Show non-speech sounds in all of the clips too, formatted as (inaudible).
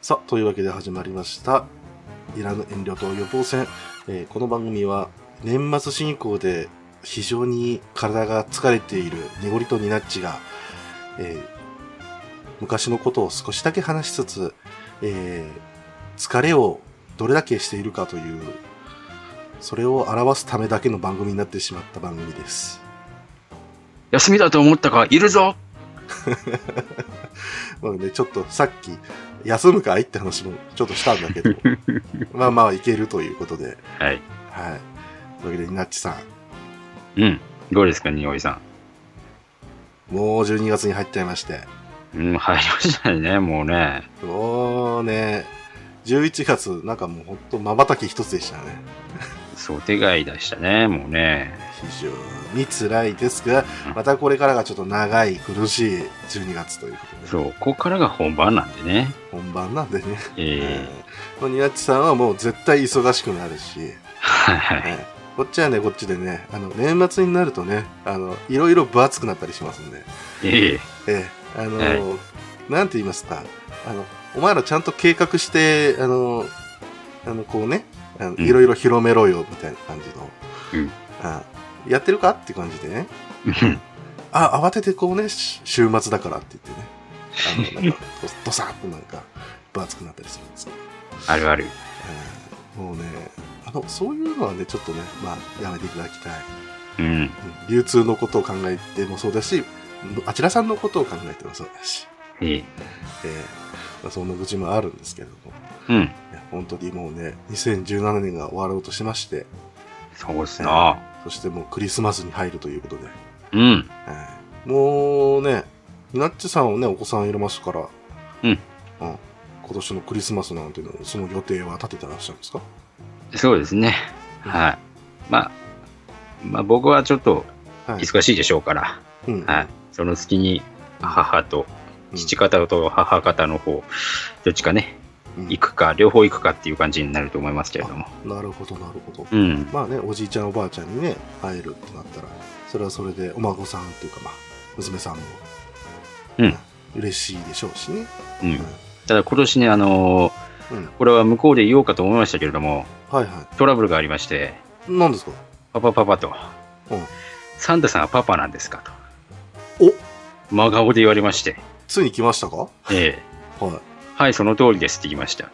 さあ、というわけで始まりました。いらぬ遠慮と予防戦。えーこの番組は、年末進行で非常に体が疲れているニゴリとニナッチが、えー昔のことを少しだけ話しつつ、えー疲れをどれだけしているかという、それを表すためだけの番組になってしまった番組です。休みだと思ったか、いるぞまあね、ちょっとさっき、休むかいって話もちょっとしたんだけど、まあまあいけるということで、はい。はい。というわけで、ニナッチさうん。どうですか、においさん、もう12月に入っちゃいまして、ん。うん、入りましたね、もうね。もうね、11月、なんかもうほんと瞬き一つでしたね。想定外でしたね、もうね。非常に辛いですが、またこれからがちょっと長い、苦しい12月ということで、そう、ここからが本番なんでね。本番なんでね。ええもうニナッチさんはもう絶対忙しくなるし、はいはい。はいこっちはね、こっちでね、あの、年末になるとね、あの、いろいろ分厚くなったりしますんで、ええええ、あの、はいなんて言いますか、あの、お前らちゃんと計画して、あの、あの、こうね、あのうんいろいろ広めろよ、みたいな感じの、うんあやってるかって感じでね、うんあ、慌ててこうね、し週末だからって言ってね、あの、なん (laughs) か、どどさっとなんか、分厚くなったりするんですけど、あるある。ええもうね、あの、そういうのはね、ちょっとね、まあ、やめていただきたい。うん。うん流通のことを考えてもそうだし、あちらさんのことを考えてもそうだし、えええーまあ、そんな愚痴もあるんですけれども、うん。いや本当にもうね、2017年が終わろうとしまして、そうっすな。そしてもうクリスマスに入るということで、うん。えーもうね、ナッチさんはね、お子さんいますから、うんうん今年のクリスマスなんていうのはその予定は立ててらっしゃるんですかそうですね。はい。まあ、まあ僕はちょっとはい。忙しいでしょうから、うんはい。その隙に母とうん父方と母方の方、どっちかね、うん行くか、両方行くかっていう感じになると思いますけれども。なるほど、なるほど。うん。まあね、おじいちゃんおばあちゃんにね、会えるってなったら、それはそれでお孫さんっていうか、まあ、娘さんも、うん嬉しいでしょうしね。うん。ただ今年ね、あのーうんこれは向こうで言おうかと思いましたけれども、はいはトラブルがありまして、い。何ですかパパパパと、うんサンタさんはパパなんですかおと、真顔で言われまして、ついに来ましたかええはい。 (laughs) はい、その通りですって言いました。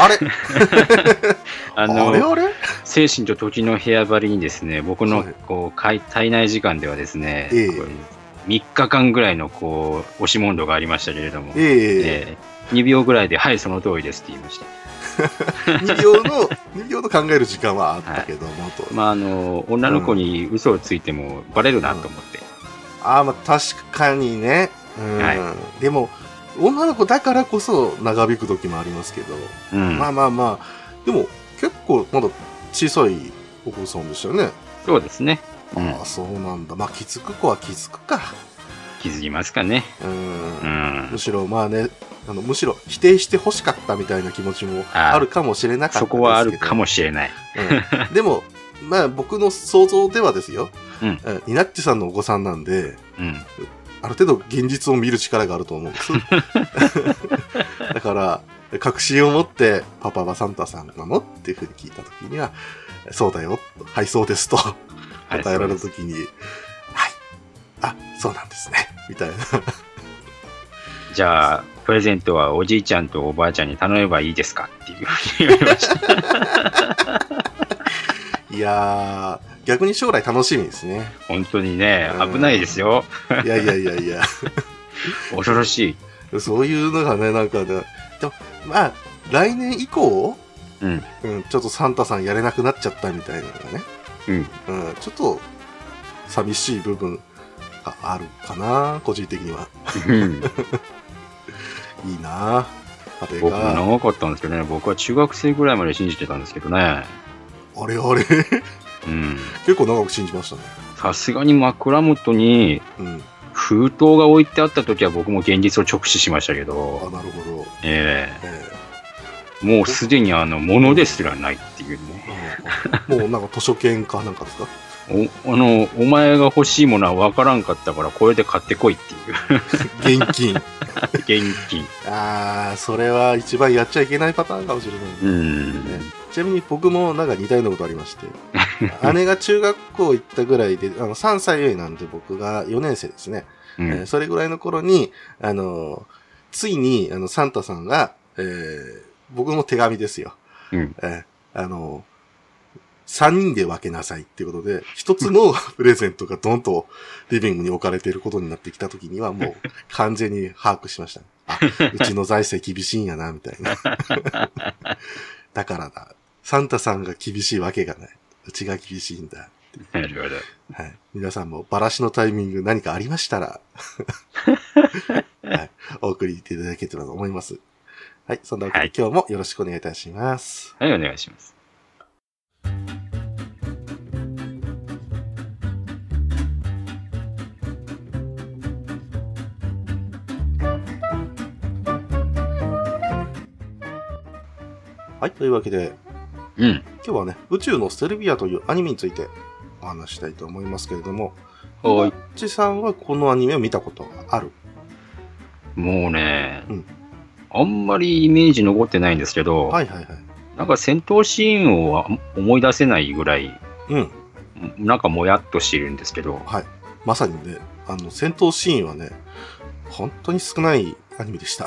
あれ (laughs) あのあれあれ精神と時の部屋張りにですね、僕のはいこう体体内時間ではですね、ええ3日間ぐらいのこう押し問答がありましたけれども、ええええ2秒ぐらいで、はい、その通りですって言いました。 2秒の、2秒の (laughs) 考える時間はあったけども、と。まあ、あの女の子に嘘をついてもバレるなと思って、ああ、まあ確かにね。うん。はでも、女の子だからこそ長引く時もありますけど、うんまあまあまあ、でも結構まだ小さいお子さんでしたよね。そうですね、うんああ、そうなんだ。まあ気づく子は気づくか。気づきますかね、う。うんむん、しろまあね、あのむしろ否定してほしかったみたいな気持ちもあるかもしれなかったですそけどこはあるかもしれない、うんでも、まあ僕の想像ではですよ、うんうん、イナッチさんのお子さんなんで、うん、ある程度現実を見る力があると思うんです。 (laughs) だから、確信を持って、パパはサンタさんなのっていうふうに聞いたときには、そうだよ、はい、そうですとは答いえられたそうでとすきに、はい、あ、そうなんですね、みたいな。じゃあプレゼントはおじいちゃんとおばあちゃんに頼めばいいですかっていうふうに言われ (laughs) ましたいやー、逆に将来楽しみですね。本当にねうん危ないですよいやいやいやいや。恐ろしい、そういうのがね、なんかね、でもまあ、来年以降、うんうん、ちょっとサンタさんやれなくなっちゃったみたいなのがね、うん、うん、ちょっと寂しい部分があるかな、個人的には。 (laughs) うんいいな、家庭僕もが。長かったんですけどね僕は中学生ぐらいまで信じてたんですけどねあれあれ、 (laughs) うん結構長く信じましたね。さすがに枕元にうん、封筒が置いてあった時は僕も現実を直視しましたけあ、ど、なるほど。えええもうすでにあの、ものですらないっていうね。えうんもうなんか図書券かなんかですかおあのお前が欲しいものは分からんかったからこれで買ってこいっ現金。(laughs) ていう現金ああ、それは一番やっちゃいけないパターンかもしれない。うんちなみに僕もなんか似たようなことありまして、姉が中学校行ったぐらいで、あの3歳上なんで僕が4年生ですね。うんえーそれぐらいの頃に、あの、ついに、あの、サンタさんが、えー僕の手紙ですよ。うんえーあの、3人で分けなさいっていうことで、一つの (laughs) プレゼントがドンとリビングに置かれていることになってきた時には、 (laughs) もう完全に把握しました、ね。あ、うちの財政厳しいんやな、みたい (laughs) な。だからだ。サンタさんが厳しいわけがない。うちが厳しいんだ。なるほどはい。皆さんもバラしのタイミング何かありました (laughs) ら、はい。お送りいただけたらと思います。はい。そんなわけで、はい今日もよろしくお願いいたします。はいお願いしますはい。というわけで、うん今日はね、宇宙のセルビアというアニメについてお話ししたいと思いますけれども、はっちさんはこのアニメを見たことがある。もうね、うんあんまりイメージ残ってないんですけど、はいはいはい。なんか戦闘シーンを思い出せないぐらいうん。なんかもやっとしてるんですけどはい。まさにね、あの、戦闘シーンはね、本当に少ないアニメでした。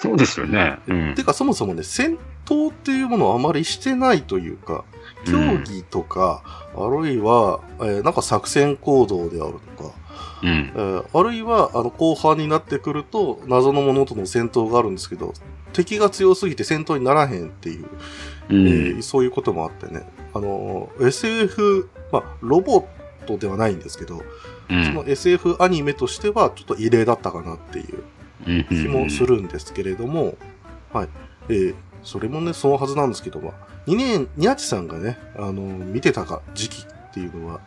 そうですよね、うん (laughs) て、かそもそもね、戦闘っていうものをあまりしてないというか、う競ん技とか、あるいは、えーなんか作戦行動であるとか、うんえーあるいは、あの、後半になってくると、謎のものとの戦闘があるんですけど、敵が強すぎて戦闘にならへんっていう、うえんーそういうこともあってね、あのー、SF、まあ、ロボットではないんですけど、うんその SF アニメとしては、ちょっと異例だったかなっていううん気もするんですけれども、はい。えーそれもね、そのはずなんですけども、2年、宮地さんがね、あの、見てたか、時期っていうのは、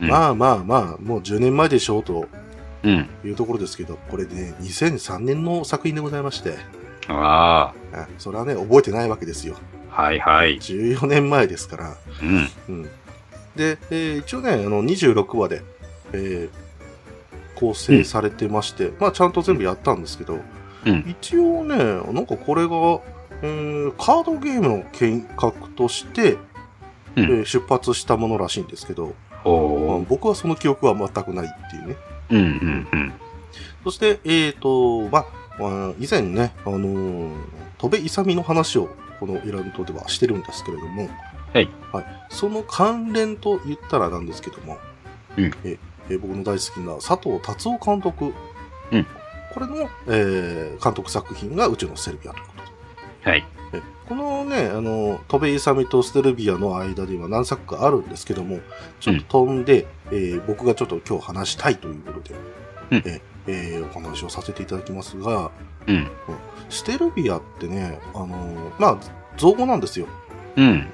うんまあまあまあ、もう10年前でしょうとうん、いうところですけど、これね、2003年の作品でございまして、ああそれはね、覚えてないわけですよ。あはいはい、 14年前ですから、うん、うん。で、えー一応ね、あの、26話で、えー構成されてまして、まあ、ちゃんと全部やったんですけど、うん一応ね、なんかこれが、えーカードゲームの計画として、うんえー出発したものらしいんですけど、まあほ僕はその記憶は全くないっていうね。う、うんうんうん、そして、えっ、と、まああー、以前ね、あのー、戸部勇の話を、このイラントではしてるんですけれども、はい。はい。その関連と言ったらなんですけども、うんええー僕の大好きな佐藤達夫監督、うんこれの、えー監督作品が宇宙のセルビアということではい、えこのね、あの、戸部勇とステルビアの間では何作かあるんですけども、ちょっと飛んで、えー僕がちょっと今日話したいということで、うんええーお話をさせていただきますが、うん、ステルビアってね、あのまあ、造語なんですよ。うん、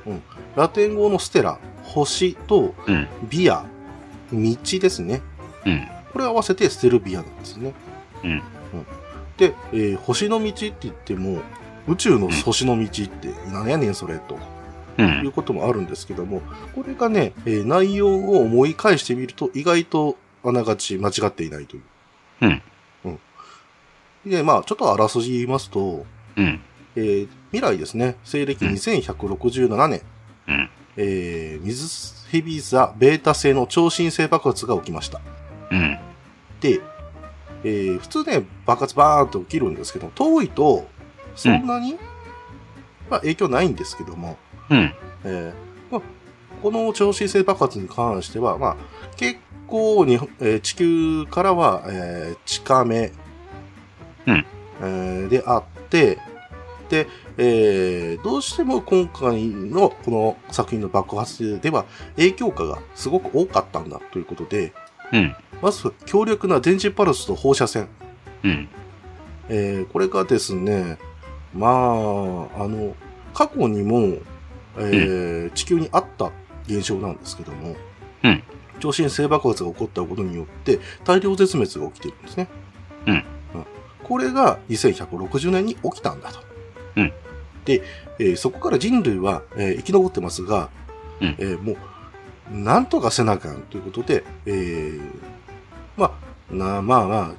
ラテン語のステラ、星とうん、ビア、道ですね。うん、これ合わせてステルビアなんですね。うんで、えー星の道って言っても、宇宙の星の道って何やねんそれと。う、というんこともあるんですけども、これがね、えー内容を思い返してみると、意外とあながち間違っていないという。うん。うん。で、まあ、ちょっとあらすじ言いますと、うん、えー未来ですね、西暦うん2167年、うんえー水蛇座ベータ星の超新星爆発が起きました。うん、で、えー普通ね、爆発バーンと起きるんですけど、遠いと、そんなに、まあ、影響ないんですけども、うん、えーまあ、この超新星爆発に関しては、まあ、結構に、えー地球からは、えー近め、うんえーであってで、えーどうしても今回のこの作品の爆発では影響下がすごく多かったんだということでうん、まず強力な電磁パルスと放射線うん、えーこれがですね、まあ、あの、過去にも、えー地球にあった現象なんですけども、うん超新星爆発が起こったことによって、大量絶滅が起きてるんですね。うんこれが2160年に起きたんだと。うんで、えーそこから人類は、えー生き残ってますが、うんえーもう、なんとかせなあかんということで、えー、まあ、なまあまあ、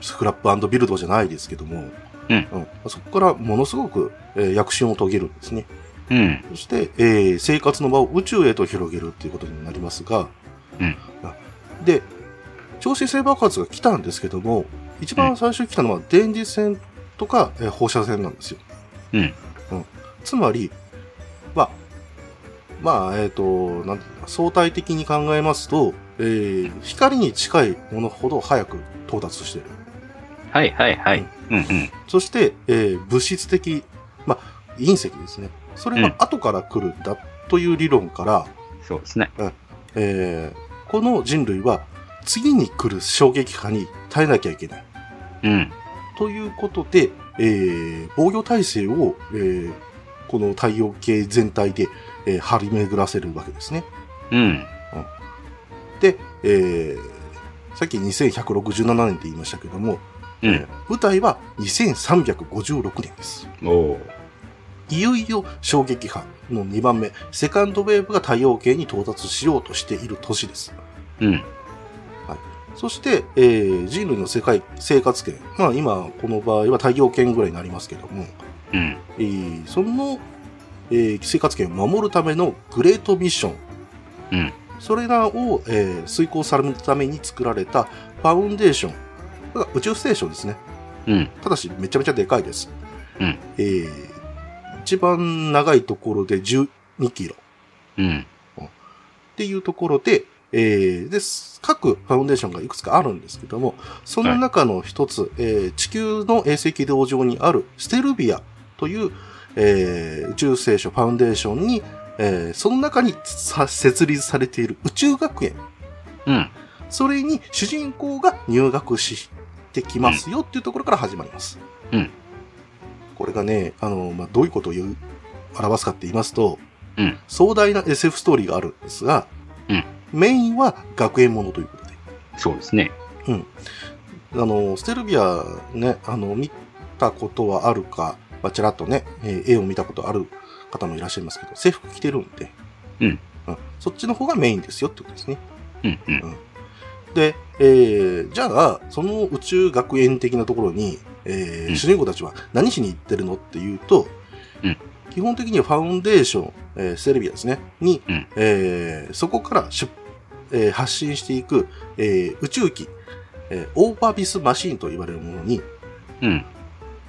スクラップビルドじゃないですけども、うんそこからものすごく、えー躍進を遂げるんですね。うん。そして、えー生活の場を宇宙へと広げるということになりますが、うんあで、超新星爆発が来たんですけども、一番最初に来たのは電磁線とか、えー放射線なんですよ。うんうんつまり、まあ、まあ、えっ、と、なんていうのか相対的に考えますと、えー光に近いものほど早く到達している。はいはいはい。うんうん。そして、えー物質的、まあ、隕石ですね。それうんが後から来るんだという理論から、そうですね。えーこの人類は次に来る衝撃波に耐えなきゃいけない。うん。ということで、えー防御体制を、えーこの太陽系全体で、えー張り巡らせるわけですね。うん。で、えーさっき2167年って言いましたけども、うん。舞台は2356年です。おおー。いよいよ衝撃波の2番目、セカンドウェーブが太陽系に到達しようとしている年です。うん。そして、えー人類の世界、生活圏。まあ今、この場合は太陽圏ぐらいになりますけども、うん。えーその、えー生活圏を守るためのグレートミッション。うんそれらを、えー遂行されるために作られたファウンデーション。これが宇宙ステーションですね。うん。ただし、めちゃめちゃでかいです。うんえー一番長いところで12キロっうん。ていうところで、えーです各ファウンデーションがいくつかあるんですけども、その中の一つ、えー地球の衛星道上にあるステルビアという、えー宇宙ステーション、ファウンデーションに、えーその中にさ設立されている宇宙学園、うん。それに主人公が入学してきますよっていうところから始まります。うんこれがね、あの、まあ、どういうことを言う、表すかって言いますと、うん壮大な SF ストーリーがあるんですが、うんメインは学園ものということで。そうですね。あの、ステルビアね、あの、見たことはあるか、まあ、ちらっとね、えー絵を見たことある方もいらっしゃいますけど、制服着てるんで、うんうん。そっちの方がメインですよってことですね。うんうん。で、えーじゃあ、その宇宙学園的なところに、えーうん主人公たちは何しに行ってるのっていうと、うん基本的にはファウンデーション、えー、セルビアですね、に、うんえーそこから出、えー発信していく、えー宇宙機、えーオーバービスマシーンと言われるものに、うん。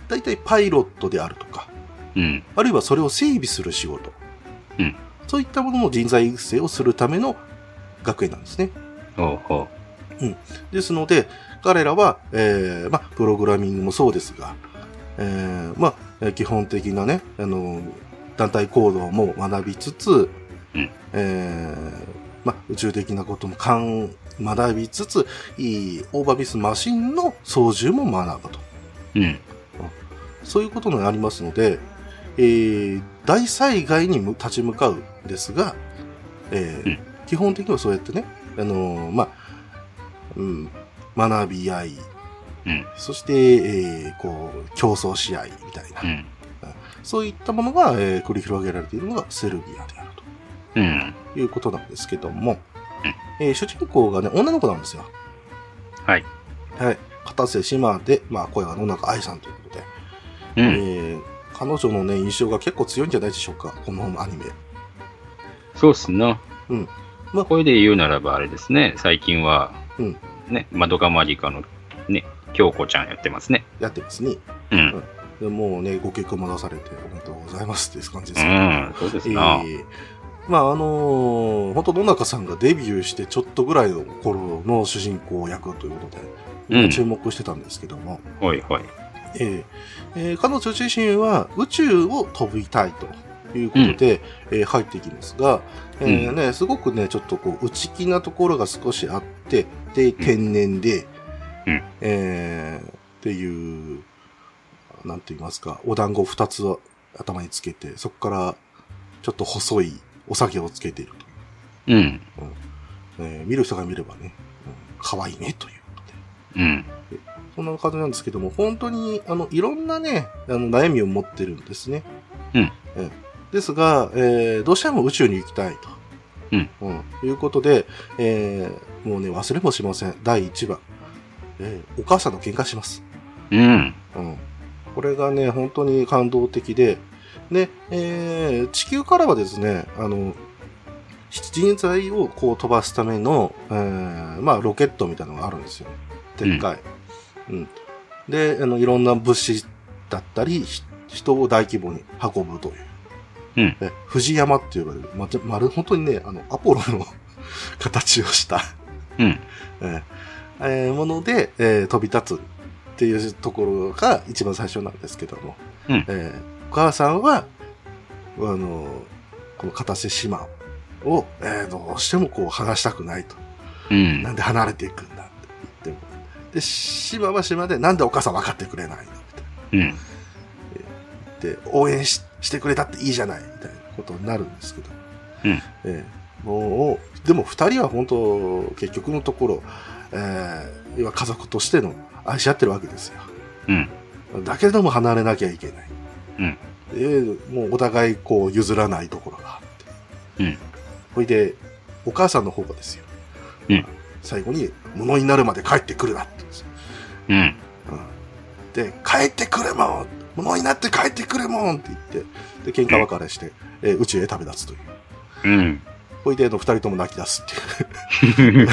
だいたいパイロットであるとか、うん。あるいはそれを整備する仕事、うんそういったものの人材育成をするための学園なんですね。ほうほですので、彼らは、えーまあ、プログラミングもそうですが、えーまあえー、基本的なね、あの、団体行動も学びつつ、うんえーまあ、宇宙的なことも勘学びつつ、いいオーバービスマシンの操縦も学ぶと。う。うん。そういうことになりますので、えー大災害にむ立ち向かうんですが、えーうん基本的にはそうやってね、あのーまあ、うん、学び合い、うんそして、えーこう、競争し合いみたいな、うん。そういったものが、えー繰り広げられているのがセルビアであるうん。ということなんですけども、えー主人公がね、女の子なんですよ。はい。はい。片瀬島で、まあ、声は野中愛さんということで、うん。えー彼女のね、印象が結構強いんじゃないでしょうか、このアニメ。そうっすな。うんままああ、これで言うならばあれですね、最近は、うんね、マドカマリカの、ね、京子ちゃんやってますね。やってますね。うん。でもうね、ご結婚も出されておめでとうございますっていう感じでうすけど。ん、そうですな。えーまああのー、本当野中さんがデビューしてちょっとぐらいの頃の主人公役ということで、みんな注目してたんですけども、ほいほい。えーえー彼女自身は宇宙を飛びたいということで、えー入ってきますが、えーね、すごくね、ちょっとこう、内気なところが少しあって、で、天然で、うんえーっていう、なんて言いますか、お団子二つを頭につけて、そこから、ちょっと細いお酒をつけているうん。と。えー見る人が見ればね、うん可愛いね、ということで。うん。そんな感じなんですけども、本当に、あの、いろんなね、あの、悩みを持ってるんですね。うんええですが、えーどうしても宇宙に行きたいと。うん。ということで、えーもうね、忘れもしません。第1話。えーお母さんと喧嘩します。うん。うん。これがね、本当に感動的で、で、えー地球からはですね、あの、人材をこう飛ばすための、えーまあ、ロケットみたいなのがあるんですよ。でっかい。うん。で、あの、いろんな物資だったり、ひ人を大規模に運ぶという。うんえ藤山って呼ばれる、ま、まる、本当にね、あの、アポロの (laughs) 形をした、うん。えーえーもので、えー飛び立つっていうところが一番最初なんですけども、うんえーお母さんはあのこの片瀬島を、えーどうしてもこう離したくないとうん。なんで離れていくんだって言ってもで島は島でなんでお母さん分かってくれないのみうん。たいなで応援ししてくれたっていいじゃないみたいなことになるんですけど、うんえーもうでも2人は本当結局のところ、えー要は家族としての愛し合ってるわけですようん。だけども離れなきゃいけない。うんでもうお互いこう譲らないところがあって。うんほいで、お母さんの方がですよ。うん最後に、物になるまで帰ってくるなって言うんですようん。うんで、帰ってくるもん物になって帰ってくるもんって言って、で、喧嘩別れして、えー宇宙へ旅立つという。うん。ほいで、あの二人とも泣き出すっていう。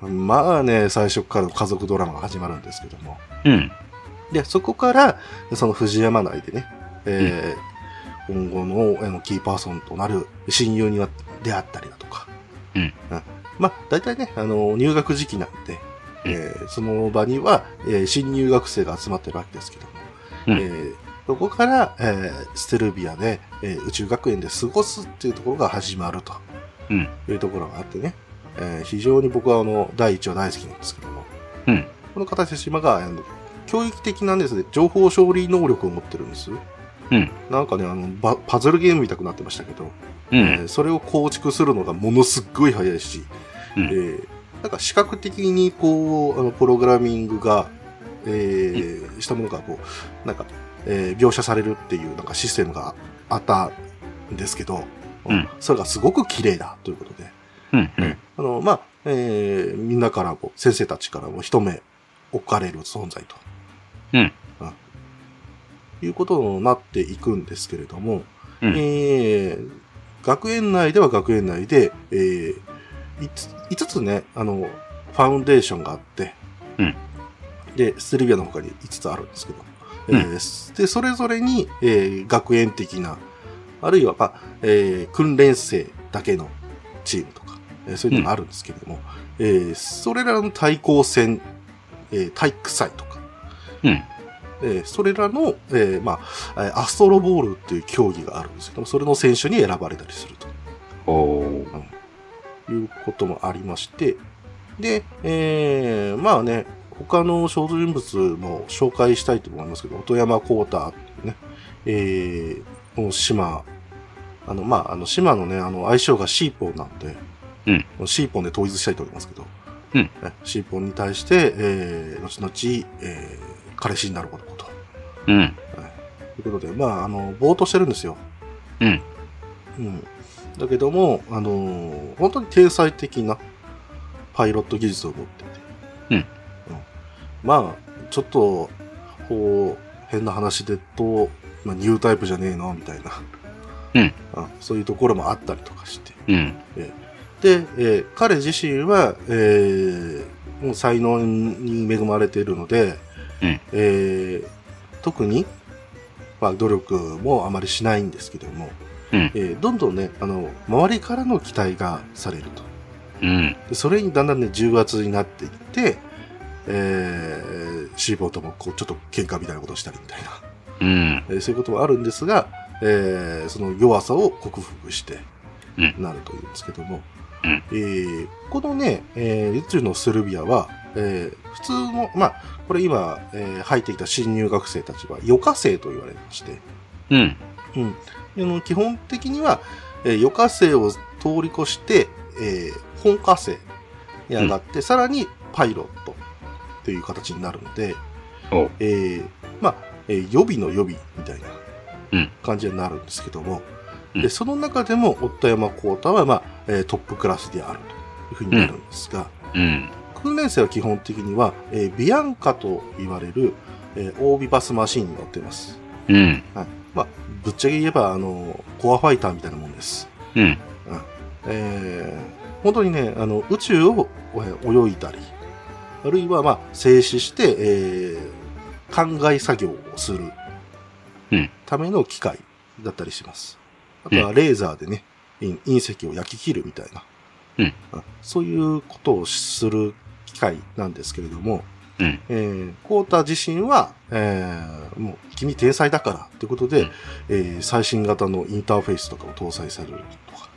(laughs) まあね、最初からの家族ドラマが始まるんですけども。うん。で、そこから、その藤山内でね、えー今後のあのキーパーソンとなる親友には出会ったりだとか、うんまあ、大体ね、あの、入学時期なんで、うんえーその場には、えー新入学生が集まってるわけですけども、うんえーそこから、えーステルビアで、えー宇宙学園で過ごすっていうところが始まるとうんいうところがあってね、えー非常に僕はあの、第一話大好きなんですけども、うんこの片瀬島が、あの教育的なんですね、情報処理能力を持ってるんです。うんなんかね、あの、ばパズルゲームみたくなってましたけど、うえん。ーそれを構築するのがものすっごい早いし、うんえーなんか視覚的にこう、あの、プログラミングが、えーしたものがこう、なんか、えー描写されるっていうなんかシステムがあったんですけど、うんそれがすごく綺麗だということで、うん。うん。あの、まあ、えーみんなからも、先生たちからも一目置かれる存在と。うんあ。いうことになっていくんですけれども、うんえー学園内では学園内で、えー、5, つね、あの、ファウンデーションがあって、うんで、ステルビアの他に5つあるんですけど、えーで、それぞれに、えー学園的な、あるいは、まあえー訓練生だけのチームとか、えーそういうのがあるんですけれども、えーそれらの対抗戦、えー体育祭とか、うん。えーそれらの、えーまあ、えーアストロボールっていう競技があるんですけども、それの選手に選ばれたりするおー。ということもありまして、で、えーまあね、他の小人物も紹介したいと思いますけど、音山光太っていうね、えーこの島、あの、まあ、あの、島のね、あの、相性がシーポンなんで、シーポンで統一したいと思いますけど、うんえシーポンに対して、えー後々、えー彼氏になることと。うん。ということで、まあ、あの、ぼーっとしてるんですよ。うん。うん。だけども、あのー本当に天才的なパイロット技術を持ってて。うんうんまあ、ちょっと、こう、変な話で言うと、まあ、ニュータイプじゃねえのみたいな。うんあ。そういうところもあったりとかして。うん。で、えー彼自身は、えーもう才能に恵まれているので、うんえー特に、まあ、努力もあまりしないんですけども、うんえーどんどんねあの周りからの期待がされるとうん。でそれにだんだんね重圧になっていって、えー、シーボーともこうちょっと喧嘩みたいなことをしたりみたいな、うん。えーそういうことはあるんですが、えーその弱さを克服してうんなるというんですけども、うんえーこのね、えー、宇宙のセルビアは、えー普通の、まあ、これ今、えー入ってきた新入学生たちは余暇生と言われまして、うん。うん、あの基本的には、えー余暇生を通り越して、えー本科生に上がって、さらにパイロットという形になるので、おう。えーまあ、えー予備の予備みたいなうん感じになるんですけども、うんでその中でも夫山浩太は、まあええートップクラスであるというふうになるんですが、うん。訓練生は基本的には、えービアンカと言われる、えー、オービバスマシンに乗ってます。うん。まあ、ぶっちゃけ言えば、あの、コアファイターみたいなもんです。うん。えー本当にね、あの、宇宙をえー泳いだり、あるいは、まあ、静止して、えー、灌漑作業をするうんための機械だったりします。あとは、レーザーでね、い隕石を焼き切るみたいな、うんそういうことをする機械なんですけれども、うんえーコータ自身は、えーもう、君天才だから、ということで、うんえー最新型のインターフェースとかを搭載されるとか、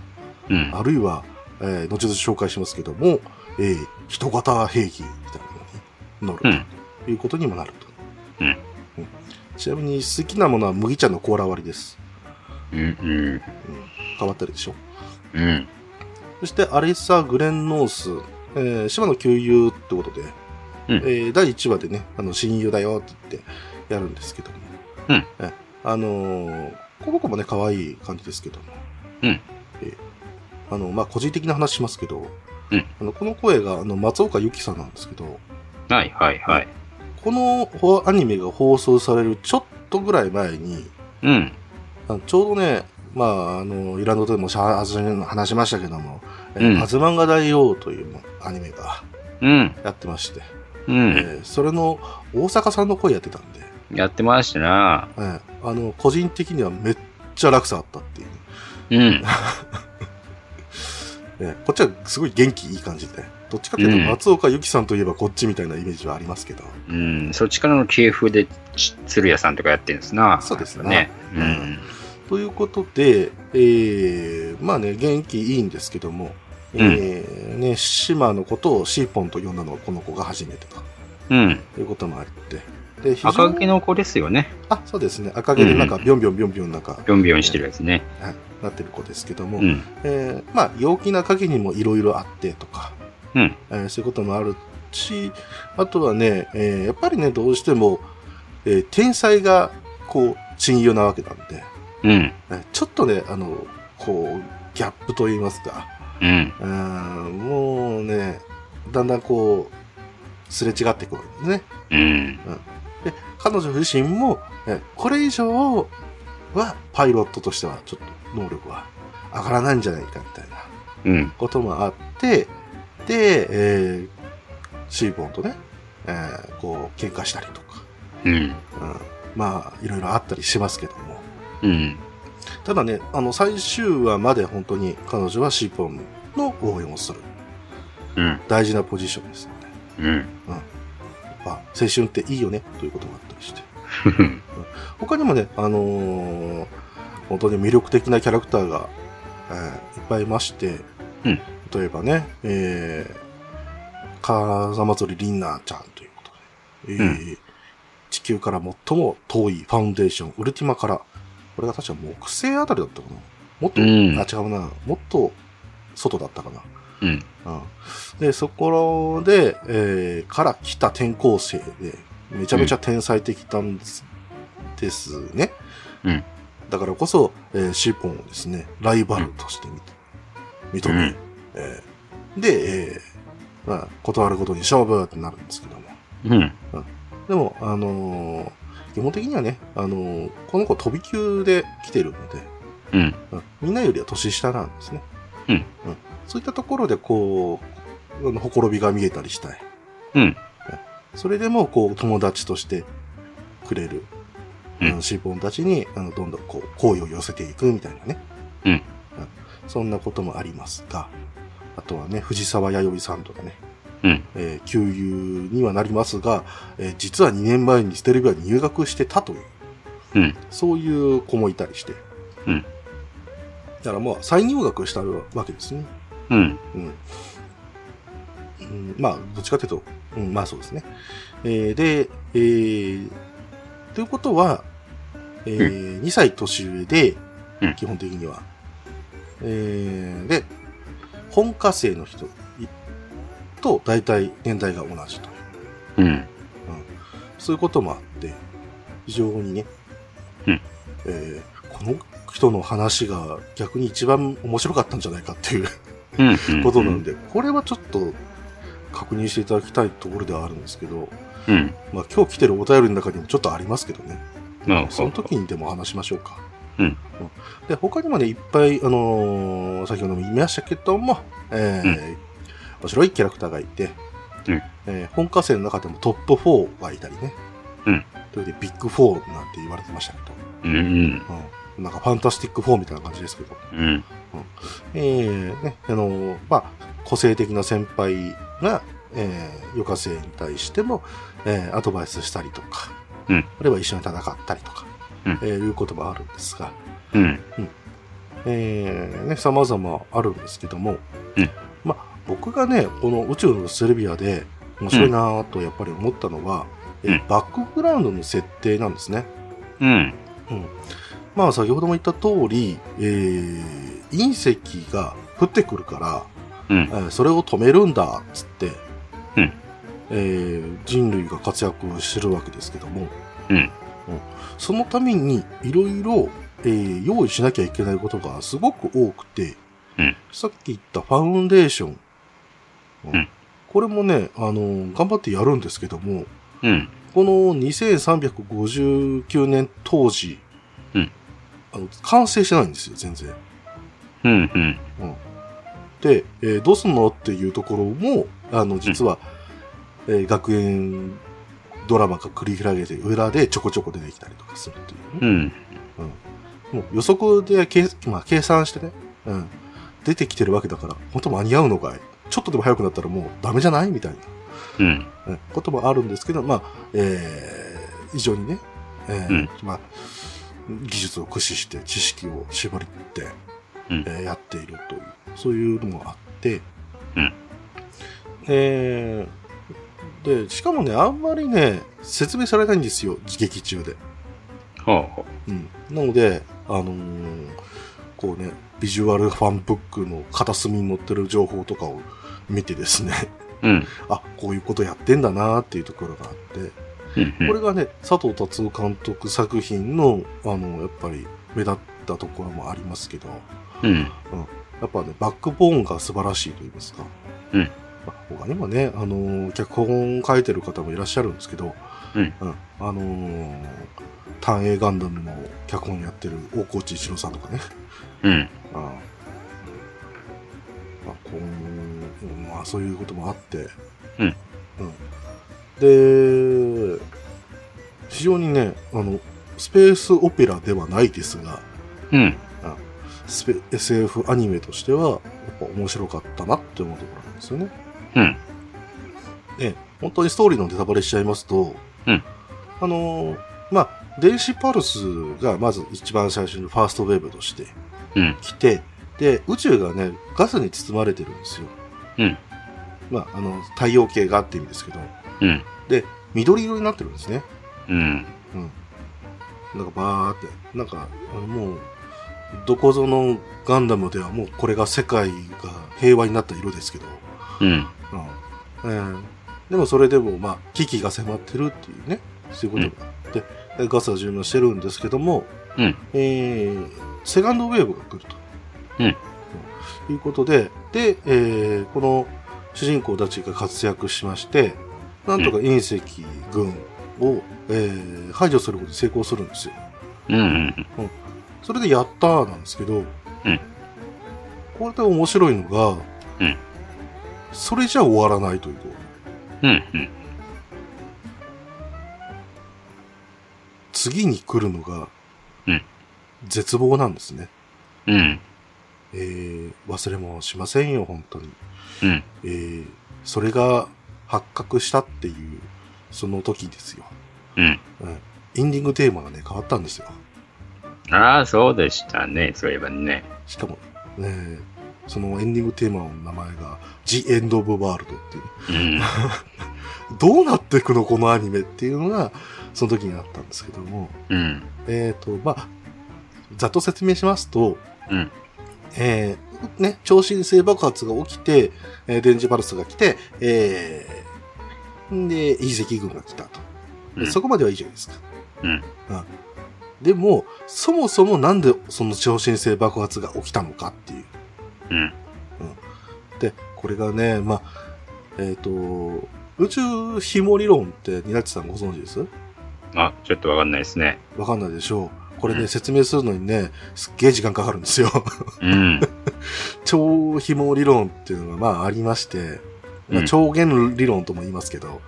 うん。あるいは、えー後ほど紹介しますけども、えー人型兵器みたいなのに乗るということにもなると。うんうんちなみに好きなものは麦茶のコーラ割りです。うん。変わったりでしょ。うん。そしてアレッサ・グレンノース、えー、島の旧友ってことで、うんえー第1話でね、あの親友だよって言ってやるんですけども、うんえあのー、この子もね、可愛い感じですけども、うんえーあの、まあ、個人的な話しますけど、うんあのこの声があの松岡由紀さんなんですけど、はいはいはい。このほアニメが放送されるちょっとぐらい前に、うん。あのちょうどね、まあ、あの、イランドでもしゃ話しましたけども、えうんー、アズマンガ大王というアニメがうん。やってまして、うえん。ーそれの大阪さんの声やってたんで、やってましたな。えーあの、個人的にはめっちゃ落差あったっていう、うん。えーこっちはすごい元気いい感じで、どっちかっていうとうん松岡由紀さんといえばこっちみたいなイメージはありますけど、うん。そっちからの系風で、ち鶴屋さんとかやってるんですな。そうですねね。ううんん。ということで、えーまあね、元気いいんですけども、えーね、島のことをシーポンと呼んだのはこの子が初めてと。うん。ということもあって。で、非常に赤毛の子ですよね。あ、そうですね。赤毛でなんか、うビョンビョンビョンビョンなんか、ビョンビョンしてるやつね。はい、なってる子ですけども、うん。えーまあ、陽気な影にもいろいろあってとか、うん。えーそういうこともあるし、あとはね、えーやっぱりね、どうしても、えー天才が、こう、親友なわけなんで、うん。えーちょっとね、あの、こう、ギャップと言いますか、うん。うーんもうね、だんだんこう、すれ違ってくるんですね。うん。彼女自身も、えこれ以上はパイロットとしてはちょっと能力は上がらないんじゃないかみたいなうん。こともあって、で、えーシーボンとね、えーこう、喧嘩したりとか、うん。うん、まあ、いろいろあったりしますけども、うん。ただね、あの、最終話まで本当に彼女はシーボンの応援をする。うん。大事なポジションですよね。うん。まあ、青春っていいよね、ということがあったりして。他にもね、あのー本当に魅力的なキャラクターが、えーいっぱいいまして、うん例えばね、えー、風間りりんなちゃんということで、えー地球から最も遠いファウンデーション、ウルティマから、これが確か木星あたりだったかな。もっと、うんあ、違うな、もっと外だったかな。うん。うんで、そこで、えーから来た転校生で、めちゃめちゃ天才的なんです,、ですね。うんだからこそ、えーシーポンをですね、ライバルとして見て認め、うんえーで、えーまあ、断ることに勝負ってなるんですけども。うん。でも、あのー基本的にはね、あのーこの子飛び級で来てるので、うん。うんみんなよりは年下なんですね。うんそういったところで、こう、あのほころびが見えたりしたい。うんそれでも、こう、友達としてくれる、うんあのシーボンたちに、あの、どんどん、こう、好意を寄せていくみたいなね。うんそんなこともありますが、あとはね、藤沢弥生さんとかね、うんえー旧友にはなりますが、えー実は2年前にステレビアに入学してたという、うんそういう子もいたりして、うんだからまあ、再入学したわけですね。うん。うん。うん、まあ、どっちかというと、うん、まあそうですね。えーで、えーということは、えー2歳年上でうん、基本的には。えーで、本科生の人いと大体年代が同じと。うん。そういうこともあって、非常にね、うんえーこの人の話が逆に一番面白かったんじゃないかっていううんうんうんことなんで、これはちょっと確認していただきたいところではあるんですけど、うん。まあ、今日来てるお便りの中にもちょっとありますけどね、まあ、その時にでも話しましょうか。うんで他にもね、いっぱい、あのー先ほども言いましたけども、えー面白いキャラクターがいて、うんえー本家生の中でもトップ4がいたりね、うんということでビッグ4なんて言われてましたけうんうん。ど、うん、なんかファンタスティック4みたいな感じですけど、うん。えーねあのーまあ、個性的な先輩が、えー、余暇生に対しても、えーアドバイスしたりとか、うんあるいは一緒に戦ったりとか、うんえーいうこともあるんですが、うん。えーね、様々あるんですけども、うんまあ、僕がね、この宇宙のセルビアで面白いなぁとやっぱり思ったのは、えうんバックグラウンドの設定なんですね。うん。まあ、先ほども言った通り、えー隕石が降ってくるから、うんえ。ーそれを止めるんだっつって、うんえー人類が活躍をしてるわけですけども、うんそのためにいろいろえー用意しなきゃいけないことがすごく多くて、うんさっき言ったファウンデーション、うんこれもね、あのー頑張ってやるんですけどもうん。この2359年当時、うんあの完成してないんですよ全然。うん。うん。で、えーどうすんのっていうところも、あの、実は、えー学園ドラマが繰り広げて、裏でちょこちょこ出てきたりとかするっていううね、ん。もう予測で計,、まあ、計算してね、うん、出てきてるわけだから、本当間に合うのかいちょっとでも早くなったらもうダメじゃないみたいな、うん。うんこともあるんですけど、まあ、えー、非常にね、えーうんまあ、技術を駆使して知識を絞りって、うんえーやっているという、そういうのもあって、うんえーで、しかもね、あんまりね、説明されないんですよ、劇中で。ほうほうん、なので、あのーこうね、ビジュアルファンブックの片隅に載ってる情報とかを見てですね、 (laughs) う。うん。あ、こういうことやってんだなっていうところがあって、うん。うんこれがね、佐藤達夫監督作品の、あの、やっぱり目立ったところもありますけど、うん。やっぱね、バックボーンが素晴らしいと言いますか。うんまあ他にもね、あの、脚本書いてる方もいらっしゃるんですけど、うんあのー、単影ガンダムの脚本やってる大河内一郎さんとかね、うん。ああまあ、こううんまあ、そういうこともあって、うんうんで、非常にねあの、スペースオペラではないですが、うん。スペ SF アニメとしては、やっぱ面白かったなって思うところなんですよね。うん。ね本当にストーリーのネタバレしちゃいますと、うんあのーまあ、電子パルスがまず一番最初にファーストウェーブとしてうん来て、で、宇宙がね、ガスに包まれてるんですよ。うんまあ、あの、太陽系があって意味ですけど、うん。緑色になってるんですね。うん。なんかバーって、なんか、あのもう、どこぞのガンダムではもうこれが世界が平和になった色ですけど、うん。うんええでもそれでも、まあ、危機が迫ってるっていうね、そういうことがあって、でガスは充満してるんですけども、うんえーセカンドウェーブが来ると。ういんうことで、で、えーこの主人公たちが活躍しまして、なんとか隕石軍を、えー排除することに成功するんですよ。うん。それでやったーなんですけど、うんこれで面白いのが、うんそれじゃ終わらないということ。うん。うん。次に来るのがうん、絶望なんですね。うん。えー忘れもしませんよ、本当に。うん。えーそれが発覚したっていう、その時ですよ。うん。エンディングテーマがね、変わったんですよ。ああ、そうでしたね。そういえばね。しかも、ね、そのエンディングテーマの名前が、The End of World っていう。うん。どうなっていくの、このアニメっていうのが、その時にあったんですけども。うん。えっ、と、まあ、ざっと説明しますと、うんえーね、超新星爆発が起きて、えー電磁パルスが来て、えーんで、隕石群が来たと。でうんそこまではいいじゃないですか。うんでも、そもそもなんでその超新星爆発が起きたのかっていう。うん。で、これがね、まあ、えっ、と、宇宙紐理論って、ニナッチさんご存知ですあ、ちょっとわかんないですね。わかんないでしょう。これね、うん説明するのにね、すっげえ時間かかるんですよ。 (laughs) うん。超紐理論っていうのがまあありまして、まうあ、ん超弦理論とも言いますけど、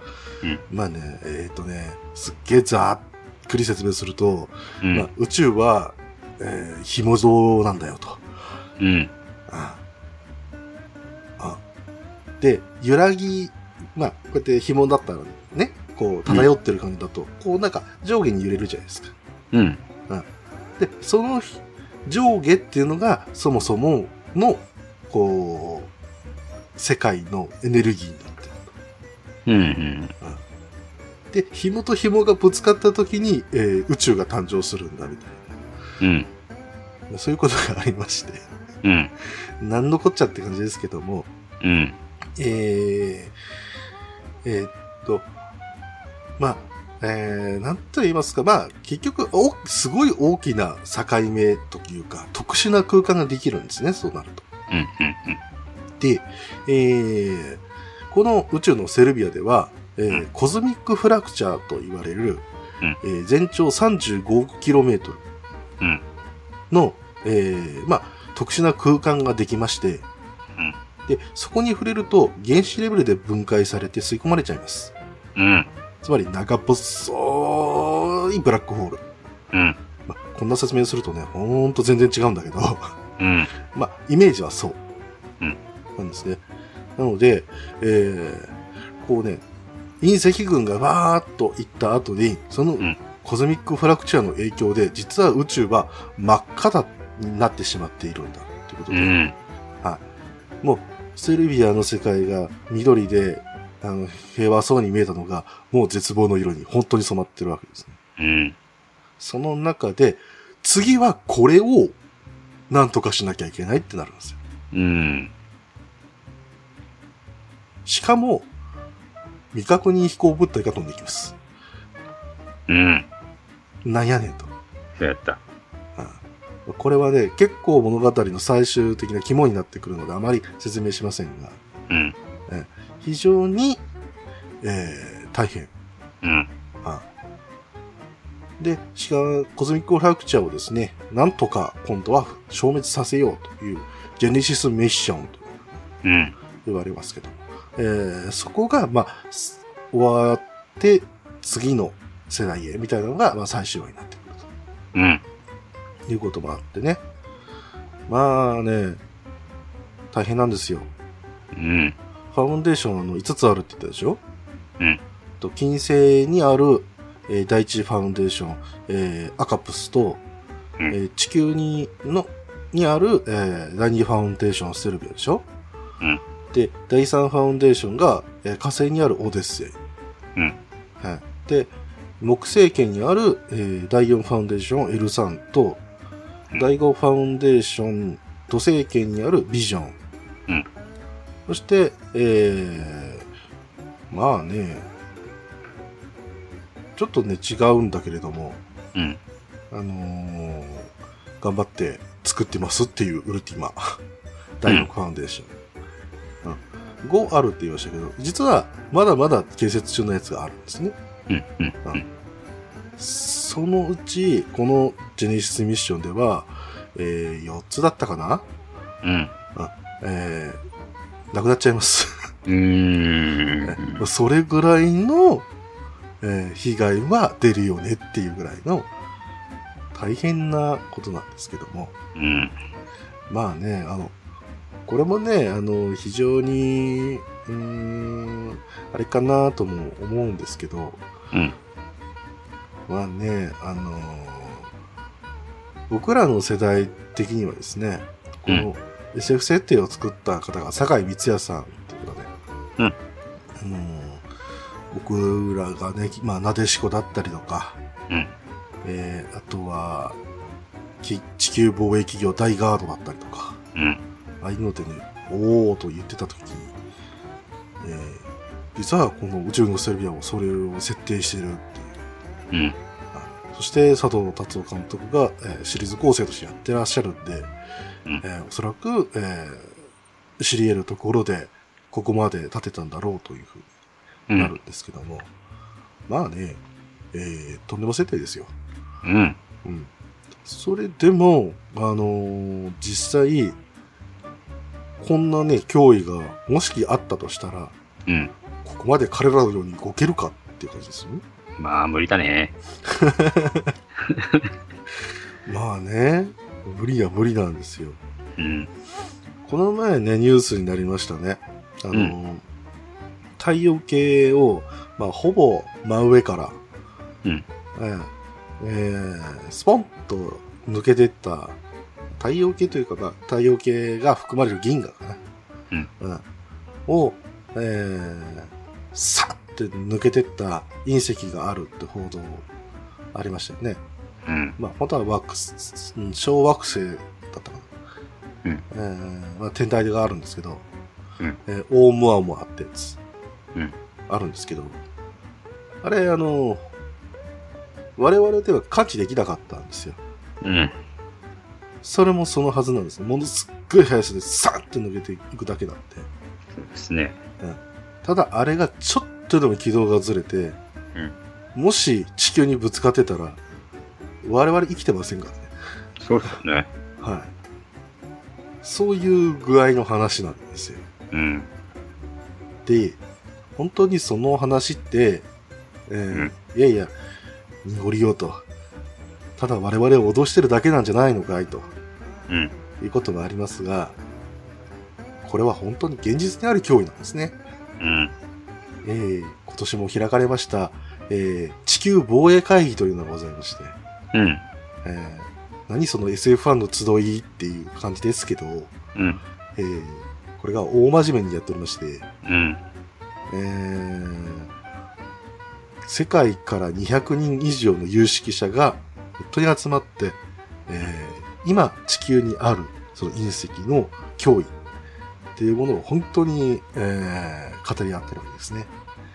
うんまあね、えっ、とね、すっげえざっくり説明すると、うまあん。、宇宙は、えー紐状なんだよと。うん。ああで、揺らぎ、まあ、こうやって紐だったらね、こう漂ってる感じだと、こうなんか上下に揺れるじゃないですか。うん。で、そのひ上下っていうのがそもそもの、こう、世界のエネルギーになってうん。る。で、紐と紐がぶつかった時に、えー宇宙が誕生するんだみたいうん。な。そういうことがありまして、 (laughs) うん。なんのこっちゃって感じですけども、うん。えー、えーっと、まあ、えー、なんと言いますか、まあ、結局、お、すごい大きな境目というか、特殊な空間ができるんですね、そうなると。うん。で、えーこの宇宙のセルビアでは、えーうんコズミックフラクチャーと言われる、うんえー全長 35km うんの、えーまあ、特殊な空間ができまして、うんでそこに触れると原子レベルで分解されて吸い込まれちゃいますうん。つまり長細いブラックホール、うん。まあ、こんな説明するとねほんと全然違うんだけどうん。まあ、イメージはそう。うんなんですね。なので、えー、こうね、隕石群がバーっと行った後に、そのんコズミックフラクチャーの影響で、実は宇宙は真っ赤だになってしまっているんだ。ということうで、ん。もう、セルビアの世界が緑で、あの、平和そうに見えたのが、もう絶望の色に本当に染まってるわけですね。うん。その中で、次はこれを、なんとかしなきゃいけないってなるんですようん。しかも、未確認飛行物体が飛んできます。うん。なんやねんと。そうやった。うんこれはね、結構物語の最終的な肝になってくるので、あまり説明しませんが、うん。非常に、えー大変。うん。で、しか、コズミックフラクチャーをですね、なんとか今度は消滅させようという、ジェネシスミッションとうん。言われますけど、えーそこが、まあ、す終わって、次の世代へみたいなのが、まあ、最終話になってくると。うん。いうこともあってね。まあね、大変なんですよ。うん。ファウンデーションあの5つあるって言ったでしょうん。と、金星にある、えー第一ファウンデーション、えーアカプスと、うんえー地球に、の、にある、えー第二ファウンデーションセルビアでしょうんで、第三ファウンデーションが、えー火星にあるオデッセイ。うんはい。で、木星圏にある、えー第四ファウンデーションエルサンと、うん第五ファウンデーション土星圏にあるビジョン。うんそして、えー、まあね、ちょっとね、違うんだけれども、うん。あのー頑張って作ってますっていうウルティマ。 (laughs) 第6ファウンデーション。うん5あるって言いましたけど、実はまだまだ建設中のやつがあるんですね。うん。うん。そのうち、このジェネシスミッションでは、え4つだったかなうん。えーなくなっちゃいます。うーん。それぐらいの、えー被害は出るよねっていうぐらいの大変なことなんですけども。うん。まあね、あの、これもね、あの、非常に、うーん、あれかなとも思うんですけど、うん。まあね、あの僕らの世代的にはですね、この SF 設定を作った方が酒井光也さんっていうのね、うんあの僕らがね、まあ、なでしこだったりとか、うんえーあとは、き地球防衛企業大ガードだったりとか、うん。ああいうのでね、おーと言ってた時に、えー実はこの宇宙のセルビアもそれを設定してるっていう。うん。そして佐藤達夫監督が、えーシリーズ構成としてやってらっしゃるんで、うんえーおそらく、えー知り得るところで、ここまで立てたんだろうというふううになるん。んですけども、まあね、えー、とんでも設定ですよ。うん。うん。それでも、あのー実際、こんなね、脅威が、もしあったとしたら、うん。ここまで彼らのように動けるかっていう感じですよね。まあ、無理だね。まあね、無理は無理なんですよ。うん。この前ね、ニュースになりましたね。あのー、太陽系を、まあ、ほぼ真上から、うんえええースポンと抜けてった、太陽系というか、まあ、太陽系が含まれる銀河かな。うんうんを、えー、さって抜けてった隕石があるって報道ありましたよね。うん。まあ、本当は惑星、うん小惑星だったかな。うんえーまあ、天体があるんですけど、うんえーオウムアムアってやつ、うんあるんですけど、あれ、あの、我々では感知できなかったんですよ。うん。それもそのはずなんですね。ものすっごい速さでさって抜けていくだけなんで。そうですね。ただ、あれがちょっとでも軌道がずれて、もし地球にぶつかってたら、我々生きてませんからね。そうですね。はい。そういう具合の話なんですよ。うん。で、本当にその話って、えーいやいや、濁りようと。ただ我々を脅してるだけなんじゃないのかいとうん。いうことがありますが、これは本当に現実にある脅威なんですね。うん。えー今年も開かれました、えー地球防衛会議というのがございまして、うん。えー何その SF ファンの集いっていう感じですけど、うん。えーこれが大真面目にやっておりまして、うん。えー世界から200人以上の有識者が取り集まって、えー今地球にあるその隕石の脅威っていうものを本当に、えー語り合ってるわけですね。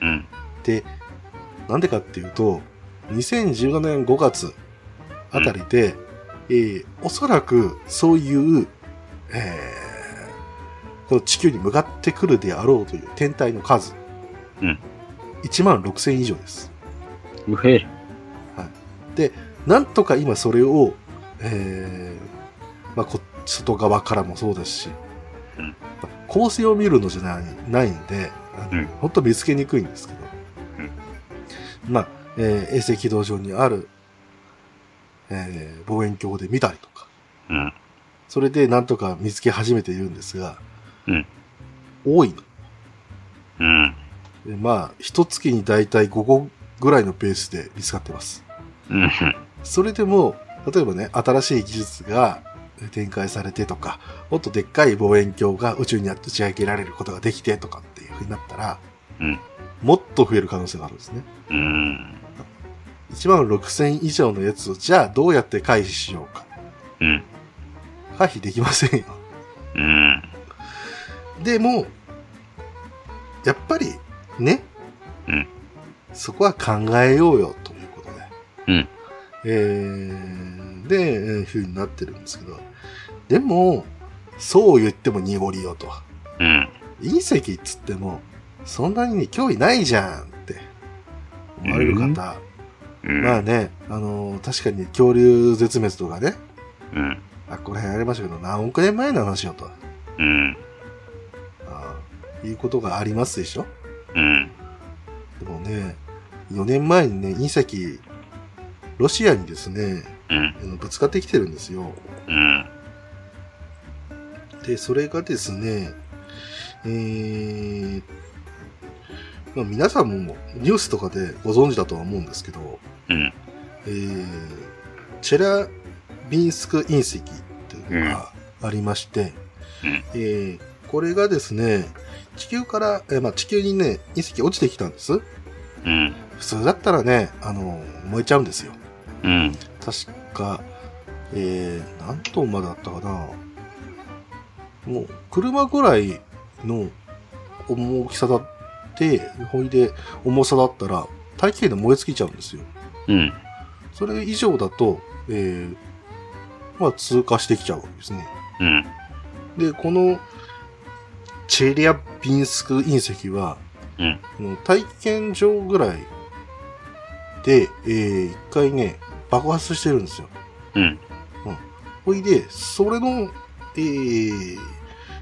うん。で、なんでかっていうと、2017年5月あたりで、えーおそらくそういう、えーこの地球に向かってくるであろうという天体の数、うん1万6000以上です。うへい。なんとか今それを、えーまあ、こ外側からもそうですし、うんまあ構成を見るのじゃないないんで、あのうんほんと見つけにくいんですけど、まあ、えー衛星軌道上にある、えー望遠鏡で見たりとか、うん。それでなんとか見つけ始めているんですが、うん多いの。うん。でまあ、一月にだいたい5個ぐらいのペースで見つかってます。うん。それでも、例えばね、新しい技術が展開されてとか、もっとでっかい望遠鏡が宇宙に打ち上げられることができてとかっていうふうになったら、うんもっと増える可能性があるんですね。うん。 1万6000以上のやつを、じゃあどうやって回避しようか。うん。回避できませんよ。うん。でも、やっぱり、ね。うんそこは考えようよ、ということで。うんえーで、えーふうになってるんですけど。でも、そう言っても濁りよと。うん。隕石っつっても、そんなにね、脅威ないじゃんって思われる方。うん。まあね、あのー確かに恐竜絶滅とかね、うん。あ、これありましたけど、何億年前の話よと。うん。あーいうことがありますでしょうん。でもね、4年前にね、隕石、ロシアにですね、うん。あのぶつかってきてるんですよ。うん。で、それがですね、えー、まあ、皆さんもニュースとかでご存知だとは思うんですけど、うん。えー、チェラビンスク隕石っていうのがありまして、うんえーこれがですね、地球から、えーまあ、地球にね、隕石落ちてきたんです。うん。普通だったらね、あの、燃えちゃうんですよ。うん。確か、えー、何トンまであったかなもう、車ぐらいの大きさだって、ほいで、重さだったら、大気圏で燃え尽きちゃうんですよ。うん。それ以上だと、えー、まあ、通過してきちゃうわけですね。うん。で、この、チェリアビンスク隕石は、うんもう体験場ぐらいで、えー一回ね、爆発してるんですよ。うん。ほいで、それの、えー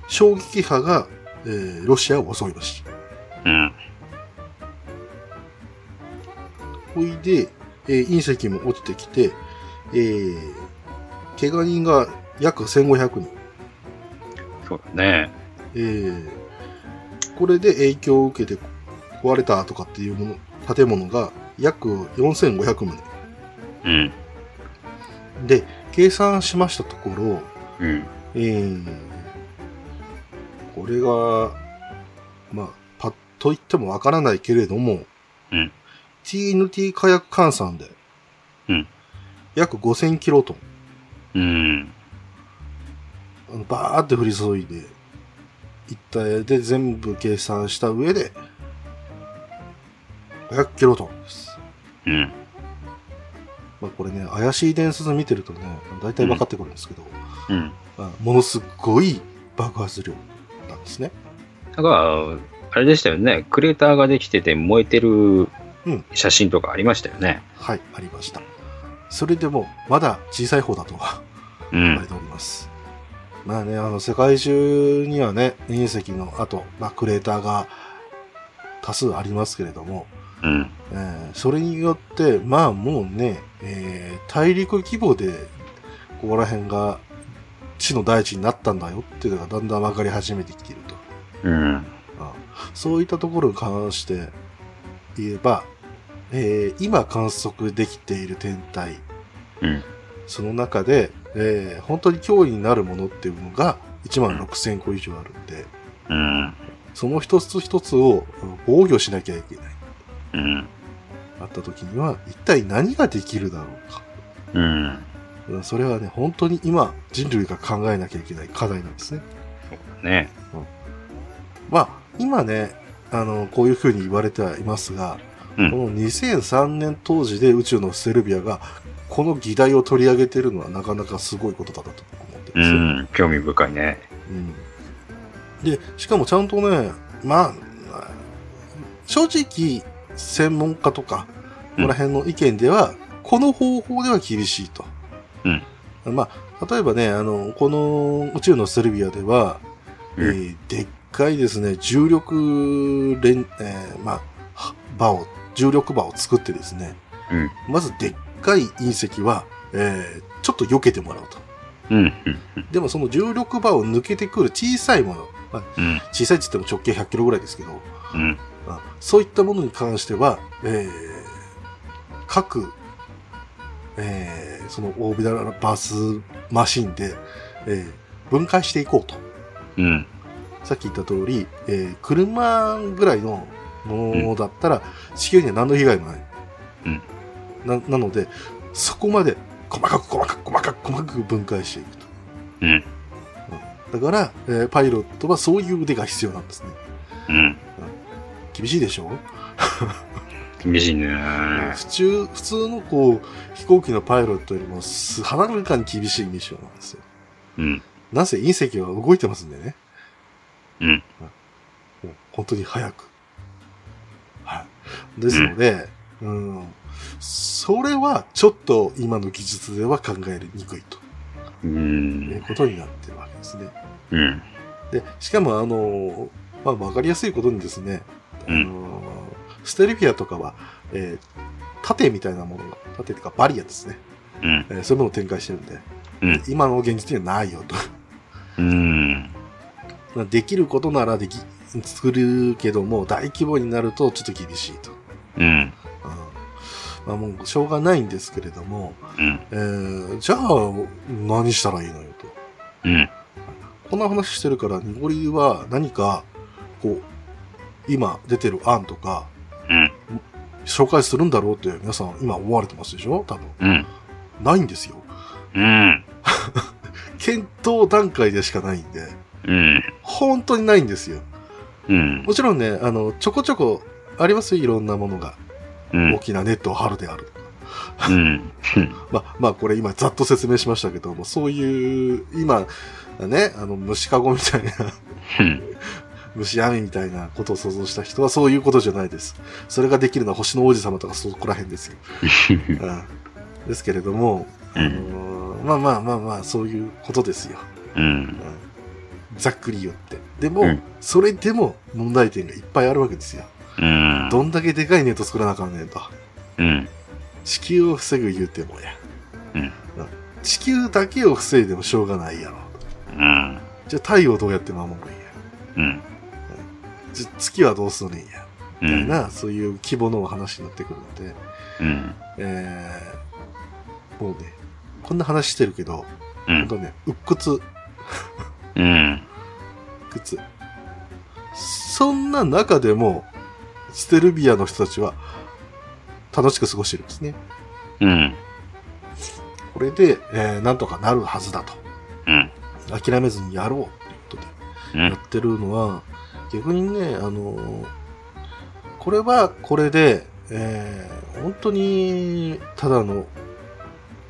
衝撃波が、えーロシアを襲いました。うん。ほいで、えー隕石も落ちてきて、えー、怪我人が約1500人。そうだね。えーこれで影響を受けて壊れたとかっていうもの、建物が約4500棟。うん。で、計算しましたところ、うん。えーこれが、まあ、パッと言ってもわからないけれども、うん、 TNT 火薬換算で、うん約5000キロトンうん。あのバーって降り注いで、一体で全部計算した上で、500キロトンです。うん。まあこれね、怪しい伝説見てるとね、大体分かってくるんですけど、うん。まあものすごい爆発量なんですね。だから、あれでしたよね。クレーターができてて燃えてるうん写真とかありましたよね。はい、ありました。それでも、まだ小さい方だとはう言われん。ております。まあね、あの、世界中にはね、隕石の後、まあクレーターが多数ありますけれども、うん。えーそれによって、まあもうね、えー大陸規模で、ここら辺が地の大地になったんだよっていうのがだんだん分かり始めてきていると。うん。あそういったところに関して言えば、えー今観測できている天体、うんその中で、えー本当に脅威になるものっていうのが1万6000個以上あるんで、うん。その一つ一つを防御しなきゃいけない。うん。あった時には一体何ができるだろうか。うん。うんそれはね、本当に今人類が考えなきゃいけない課題なんですね。そうだね。まあ、今ね、あの、こういうふうに言われてはいますが、うんこの2003年当時で宇宙のセルビアがこの議題を取り上げてるのはなかなかすごいことだなと僕思ってうますよ、ん。興味深いね。うんで、しかもちゃんとね、まあ、正直、専門家とか、こうんこら辺の意見では、この方法では厳しいと。うんまあ、例えばね、あの、この宇宙のセルビアでは、うんえーでっかいですね、重力連、えーまあ、場を、重力場を作ってですね、うん。まずでっかい隕石は、えーちょっと避けてもらうと。うん。うん。でもその重力場を抜けてくる小さいもの、まあ、うん。小さいって言っても直径100キロぐらいですけど、うん。あそういったものに関しては、えー各、えーそのオービタルバスマシンで、えー分解していこうと。うん。さっき言った通り、えー車ぐらいのものだったら、地球には何の被害もない。うんななので、そこまで細かく細かく細かく細かく分解していくと。うん。だから、えーパイロットはそういう腕が必要なんですね。うん。厳しいでしょ、厳しいね。普通、普通のこう、飛行機のパイロットよりも、すはるかに厳しいミッションなんですよ。うん。なぜ隕石は動いてますんでね。うんもう本当に早く。はい。ですので、うん、それはちょっと今の技術では考えにくいとう。いうんことになってるわけですね。うん。で、しかもあの、まあ、わかりやすいことにですね、あうんの、ステルビアとかは、えー盾みたいなものが、盾というかバリアですね。うん。えーそういうものを展開してるんで、うん今の現実にはないよと。 (laughs) うん。まあできることならでき、作るけども、大規模になるとちょっと厳しいと。うん。うんまあもうしょうがないんですけれども、うん。えーじゃあ何したらいいのよと。うん。こんな話してるから、ニゴリは何か、こう、今出てる案とか、うん紹介するんだろうって皆さん今思われてますでしょ多分。うん。ないんですよ。うん。検討段階でしかないんで、うん。本当にないんですよ。うん。もちろんね、あの、ちょこちょこありますよ、いろんなものが。うん大。きなネットを張るであるとか。うん。まあ、まあ、これ今ざっと説明しましたけども、そういう、今、ね、あの、虫かごみたいな、 (laughs) 虫網みたいなことを想像した人はそういうことじゃないです。それができるのは星の王子様とかそこら辺ですよ。うん、ですけれども、うあんのーまあまあまあまあ、そういうことですよ。うん。ざっくり言って。でも、うんそれでも問題点がいっぱいあるわけですよ。うん。どんだけでかいネット作らなあかんねんと。うん。地球を防ぐ言うてもや。うん地球だけを防いでもしょうがないやろ。うん。じゃあ太陽どうやって守るんや。うん。じゃあ月はどうするんや。うみたいん。な、そういう規模のお話になってくるので、うん。えー、もうね、こんな話してるけど、うほんん。とね、鬱屈、鬱うん。屈。そんな中でも、ステルビアの人たちは、楽しく過ごしてるんですね。うん。これで、えーなんとかなるはずだと。うん。諦めずにやろうっていうことでやってるのは、逆にね、あのーこれはこれで、えー本当にただの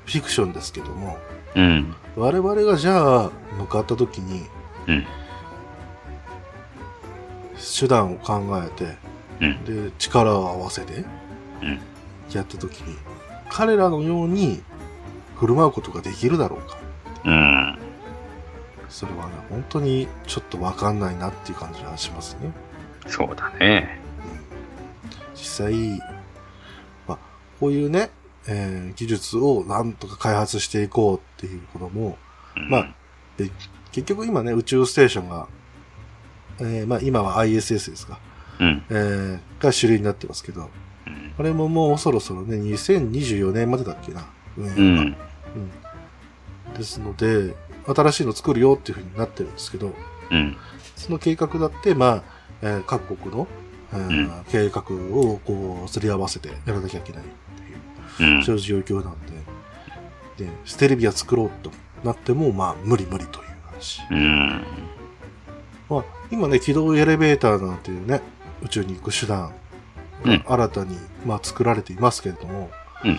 フィクションですけども、うん。我々がじゃあ向かった時にうん。手段を考えて、うんで、力を合わせてうんやった時に、彼らのように振る舞うことができるだろうか。うん。それはね、本当にちょっとわかんないなっていう感じがしますね。そうだね。実際、まあ、こういうね、えー技術をなんとか開発していこうっていうことも、うんまあ、結局今ね、宇宙ステーションが、えーまあ今は ISS ですか、うん。えーが主流になってますけど、うんあれももうそろそろね、2024年までだっけな、運用がう。ん。ですので、新しいの作るよっていうふうになってるんですけど、うん。その計画だって、まあ、えー各国の、えー計画をこう、すり合わせてやらなきゃいけないっていううん。そういう状況なんで、で、ステレビア作ろうとなっても、まあ、無理無理という話。うん。まあ、今ね、軌道エレベーターなんていうね、宇宙に行く手段うんが新たに、まあ、作られていますけれども、うん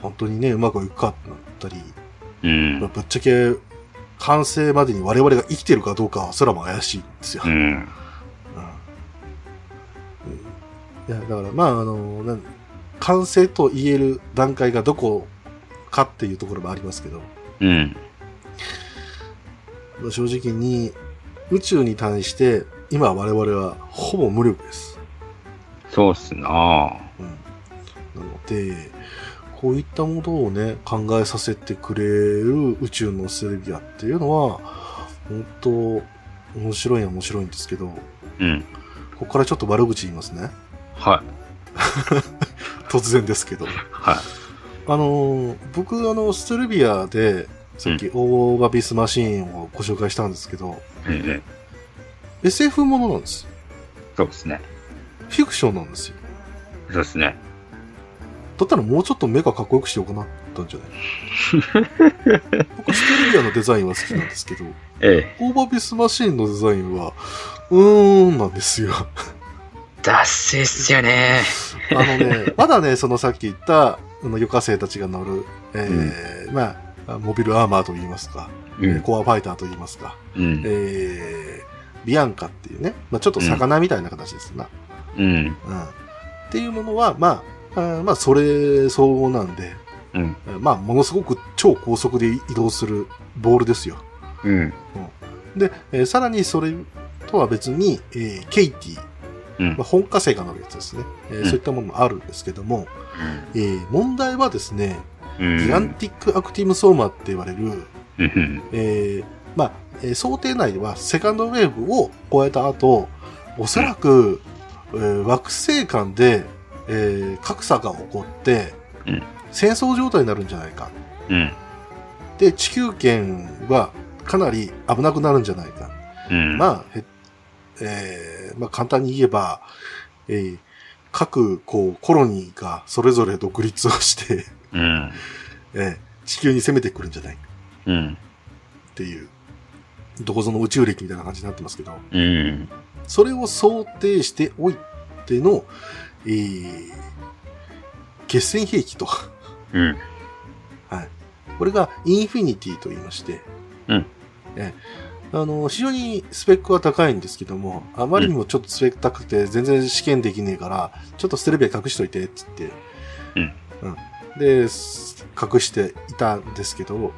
本当にね、うまくいくかってなったり、うまあ、ん。ぶっちゃけ、完成までに我々が生きてるかどうかは空も怪しいんですよ。うん。うんいやだからまああのなん完成と言える段階がどこかっていうところもありますけどうん。まあ正直に宇宙に対して今我々はほぼ無力です、そうっすなうん、なのでこういったものをね考えさせてくれる宇宙のセルビアっていうのは本当面白いは面白いんですけどこうん。こからちょっと悪口言いますねはい。突然ですけどはい。あのー僕あのストルビアでさっきオーバービスマシーンをご紹介したんですけど、ええ SF ものなんですよそうですね。フィクションなんですよそうですね。だったらもうちょっと目がかっこよくしてよくなったんじゃない僕ストルビアのデザインは好きなんですけどええ。オーバービスマシーンのデザインはうーんなんです (laughs) よあ達成っすよね。のねまだねそのさっき言ったあの余火生たちが乗る、えーまあモビルアーマーと言いますか、うん。コアファイターと言いますかうん。えービアンカっていうね、まあ、ちょっと魚みたいな形ですな、うん。うんっていうものは、まあ、あーまあ、それ相応なんで、うん。まあ、ものすごく超高速で移動するボールですよ。うん。で、えーさらにそれとは別に、えーケイティ、うんまあ、。本科生が乗るやつですね、えーうんそういったものもあるんですけども、えー問題はですね、うん。ギガンティックアクティブソーマーって言われる、うん。えーまあ、えー想定内ではセカンドウェーブを超えた後、おそらく、えー惑星間で、えー格差が起こって、うん戦争状態になるんじゃないか。うん。で、地球圏はかなり危なくなるんじゃないか。うん。まあ、へえーまあ簡単に言えば、えー各こうコロニーがそれぞれ独立をして、うん。えー地球に攻めてくるんじゃないかうん。っていう、どこぞの宇宙歴みたいな感じになってますけど、うん。それを想定しておいての、えー、決戦兵器と、うん。これがインフィニティと言いまして、うんえあの、非常にスペックは高いんですけども、あまりにもちょっとスペック高くて全然試験できねえから、ちょっとステレビア隠しといて、つって。うん。うん。で、す隠していたんですけど、